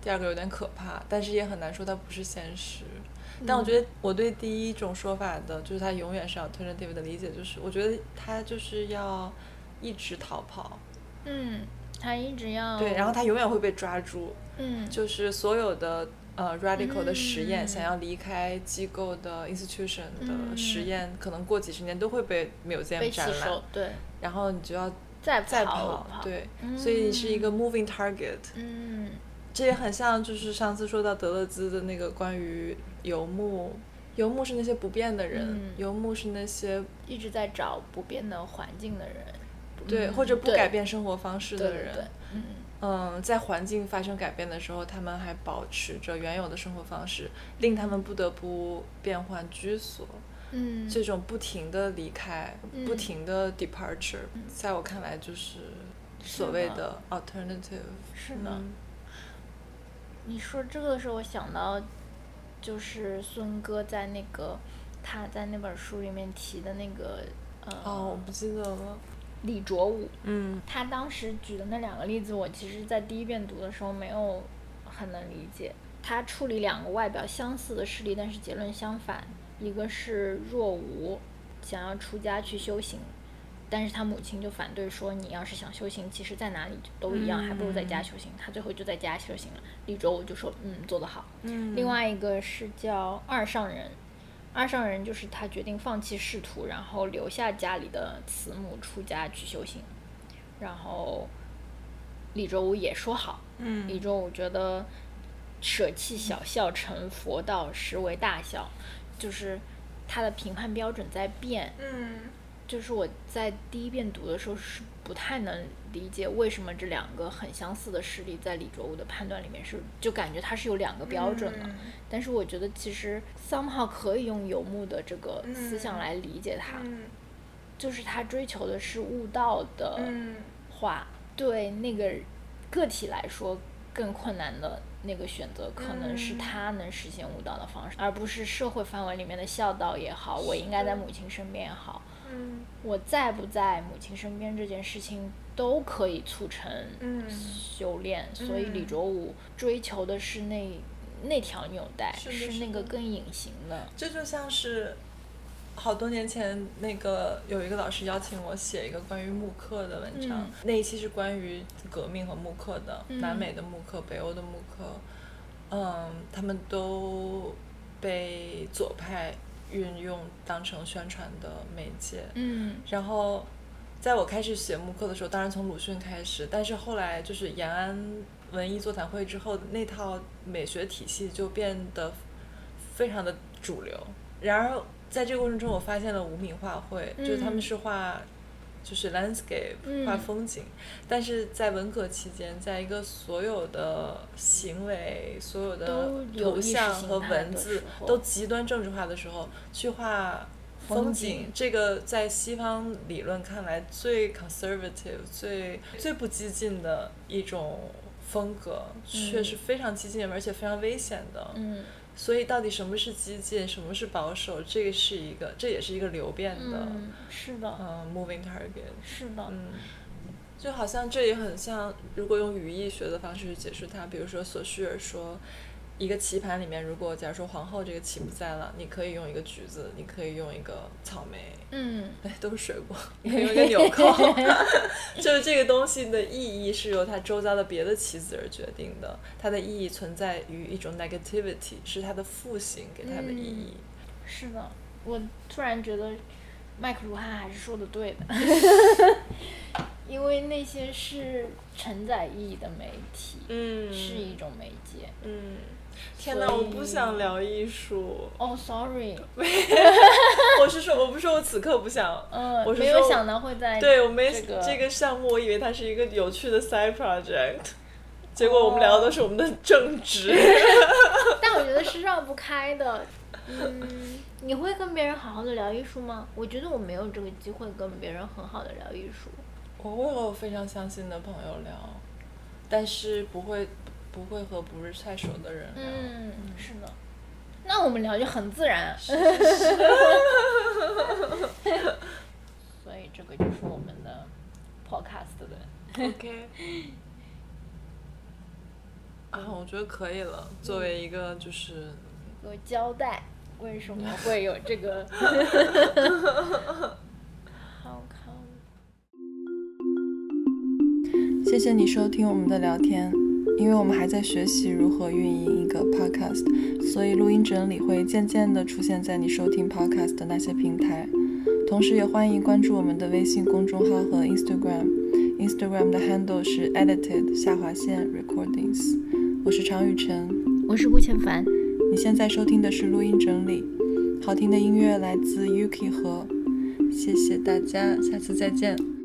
[SPEAKER 2] 第二个有点可怕，但是也很难说它不是现实。
[SPEAKER 3] 嗯
[SPEAKER 2] 但我觉得我对第一种说法的，就是它永远是 alternative 的理解，就是我觉得它就是要一直逃跑，
[SPEAKER 3] 嗯，他一直要
[SPEAKER 2] 对，然后它永远会被抓住，
[SPEAKER 3] 嗯
[SPEAKER 2] 就是所有的呃 radical 的实验，
[SPEAKER 3] 嗯
[SPEAKER 2] 想要离开机构的 institution 的
[SPEAKER 3] 嗯
[SPEAKER 2] 实验，可能过几十年都会被 museum
[SPEAKER 3] 被吸
[SPEAKER 2] 展览
[SPEAKER 3] 收，，对，
[SPEAKER 2] 然后你就要
[SPEAKER 3] 再
[SPEAKER 2] 再
[SPEAKER 3] 跑
[SPEAKER 2] 跑，，对，所以是一个 moving target。
[SPEAKER 3] 嗯
[SPEAKER 2] 这也很像，就是上次说到德勒兹的那个关于游牧，游牧是那些不变的人，
[SPEAKER 3] 嗯
[SPEAKER 2] 游牧是那些
[SPEAKER 3] 一直在找不变的环境的人，
[SPEAKER 2] 对、
[SPEAKER 3] 嗯
[SPEAKER 2] 或者不
[SPEAKER 3] 对
[SPEAKER 2] 改变生活方式
[SPEAKER 3] 对
[SPEAKER 2] 的
[SPEAKER 3] 对
[SPEAKER 2] 人。
[SPEAKER 3] 对，嗯
[SPEAKER 2] 嗯，在环境发生改变的时候，他们还保持着原有的生活方式，令他们不得不变换居所。
[SPEAKER 3] 嗯，
[SPEAKER 2] 这种不停的离开，
[SPEAKER 3] 嗯
[SPEAKER 2] 不停的 departure，、在我看来就是所谓的 alternative。
[SPEAKER 3] 是呢。你说这个的时候，我想到就是孙哥在那个他在那本书里面提的那个呃、
[SPEAKER 2] 哦，我不记得了。
[SPEAKER 3] 李卓武，
[SPEAKER 2] 嗯
[SPEAKER 3] 他当时举的那两个例子，我其实在第一遍读的时候没有很能理解。他处理两个外表相似的事例，但是结论相反，一个是若无想要出家去修行，但是他母亲就反对说，你要是想修行，其实在哪里都一样，还不如在家修行。他最后就在家修行了。李卓武就说，嗯，做得好。
[SPEAKER 2] 嗯
[SPEAKER 3] 另外一个是叫二上人，二上人就是他决定放弃仕途，然后留下家里的慈母出家去修行。然后李周武也说好，李
[SPEAKER 2] 嗯
[SPEAKER 3] 周武觉得舍弃小孝成佛道，实为大孝，就是他的评判标准在变。
[SPEAKER 2] 嗯
[SPEAKER 3] 就是我在第一遍读的时候是不太能理解为什么这两个很相似的事例在李卓武的判断里面是，就感觉它是有两个标准
[SPEAKER 2] 嗯
[SPEAKER 3] 的。但是我觉得其实 somehow 可以用游牧的这个思想
[SPEAKER 2] 嗯
[SPEAKER 3] 来理解它，就是他追求的是悟道的
[SPEAKER 2] 嗯
[SPEAKER 3] 话，对那个个体来说更困难的那个选择，可能是
[SPEAKER 2] 嗯
[SPEAKER 3] 他能实现悟道的方式，而不是社会范围里面的孝道也好，我应该在母亲身边也好，
[SPEAKER 2] 嗯
[SPEAKER 3] 我在不在母亲身边这件事情都可以促成
[SPEAKER 2] 嗯
[SPEAKER 3] 修炼，所以李
[SPEAKER 2] 嗯
[SPEAKER 3] 卓武追求的是那那条纽带，
[SPEAKER 2] 是的
[SPEAKER 3] 是
[SPEAKER 2] 是
[SPEAKER 3] 那个
[SPEAKER 2] 的
[SPEAKER 3] 更隐形的。
[SPEAKER 2] 这就像是好多年前那个有一个老师邀请我写一个关于慕课的文章，
[SPEAKER 3] 嗯
[SPEAKER 2] 那一期是关于革命和慕课的，
[SPEAKER 3] 嗯
[SPEAKER 2] 南美的慕课、北欧的慕课，嗯，他们都被左派运用当成宣传的媒介，
[SPEAKER 3] 嗯
[SPEAKER 2] 然后在我开始写慕课的时候，当然从鲁迅开始，但是后来就是延安文艺座谈会之后，那套美学体系就变得非常的主流。然而在这个过程中，我发现了无名画会，就是他们
[SPEAKER 3] 嗯
[SPEAKER 2] 是画。就是 landscape
[SPEAKER 3] 嗯
[SPEAKER 2] 画风景，但是在文革期间，在一个所有的行为、所有的
[SPEAKER 3] 都有
[SPEAKER 2] 头
[SPEAKER 3] 意识
[SPEAKER 2] 像
[SPEAKER 3] 形
[SPEAKER 2] 和
[SPEAKER 3] 态
[SPEAKER 2] 文
[SPEAKER 3] 的
[SPEAKER 2] 字
[SPEAKER 3] 时候
[SPEAKER 2] 都极端政治化的时候，去画风
[SPEAKER 3] 风
[SPEAKER 2] 景
[SPEAKER 3] 景，
[SPEAKER 2] 这个在西方理论看来最 conservative、最最不激进的一种风格，却是非常激进而且非常危险的。
[SPEAKER 3] 嗯
[SPEAKER 2] 所以，到底什么是激进，什么是保守，这个是一个，这也是一个流变的，
[SPEAKER 3] 嗯，是的，
[SPEAKER 2] 嗯、m o v i n g target。
[SPEAKER 3] 是的，
[SPEAKER 2] 嗯，就好像这也很像，如果用语义学的方式去解释它，比如说索绪尔说，一个棋盘里面，如果假如说皇后这个棋不在了，你可以用一个橘子，你可以用一个草莓，
[SPEAKER 3] 嗯
[SPEAKER 2] 哎，都是水 果，你可以用一个纽扣， 就是这个东西的意义是由它周遭的别的棋子而决定的，它的意义存在于一种 negativity，是它的复形给它的意义。
[SPEAKER 3] 是的，我突然觉得麦克卢汉还是说的对 的，因为那些是承载意义的媒体，
[SPEAKER 2] 嗯
[SPEAKER 3] 是一种媒介。
[SPEAKER 2] 嗯，天哪，
[SPEAKER 3] 所
[SPEAKER 2] 我
[SPEAKER 3] 以
[SPEAKER 2] 不想聊艺术。
[SPEAKER 3] 哦、s o r r y
[SPEAKER 2] 我是说，我不是说我此刻不想，
[SPEAKER 3] 嗯，
[SPEAKER 2] 我是
[SPEAKER 3] 没有
[SPEAKER 2] 说
[SPEAKER 3] 想到会在
[SPEAKER 2] 对我没
[SPEAKER 3] 这个
[SPEAKER 2] 项目，我以为它是一个有趣的 side
[SPEAKER 3] 哦
[SPEAKER 2] project，结果我们聊的都是我们的正职。
[SPEAKER 3] 但我觉得是绕不开的。嗯， 你会跟别人好好的聊艺术吗？我觉得我没有这个机会跟别人很好的聊艺术。
[SPEAKER 2] 我会和我非常相信的朋友聊，但是不会不会和不是太熟的人聊。
[SPEAKER 3] 嗯，是的。那我们聊就很自然。所以这个就是我们的
[SPEAKER 4] 嗯
[SPEAKER 3] podcast 的
[SPEAKER 2] OK。啊、
[SPEAKER 4] 啊，我觉得可以了。作为一个就是
[SPEAKER 3] 一个交代，为什么会有这个好看？
[SPEAKER 2] 谢谢你收听我们的聊天。因为我们还在学习如何运营一个 podcast，所以录音整理会渐渐地出现在你收听 podcast 的那些平台。同时，也欢迎关注我们的微信公众号和 Instagram。Instagram 的 handle 是 edited 下划线 recordings。我是常雨晨。
[SPEAKER 1] 我是吴千凡，
[SPEAKER 2] 你现在收听的是录音整理，好听的音乐来自 Yuki 和。谢谢大家，下次再见。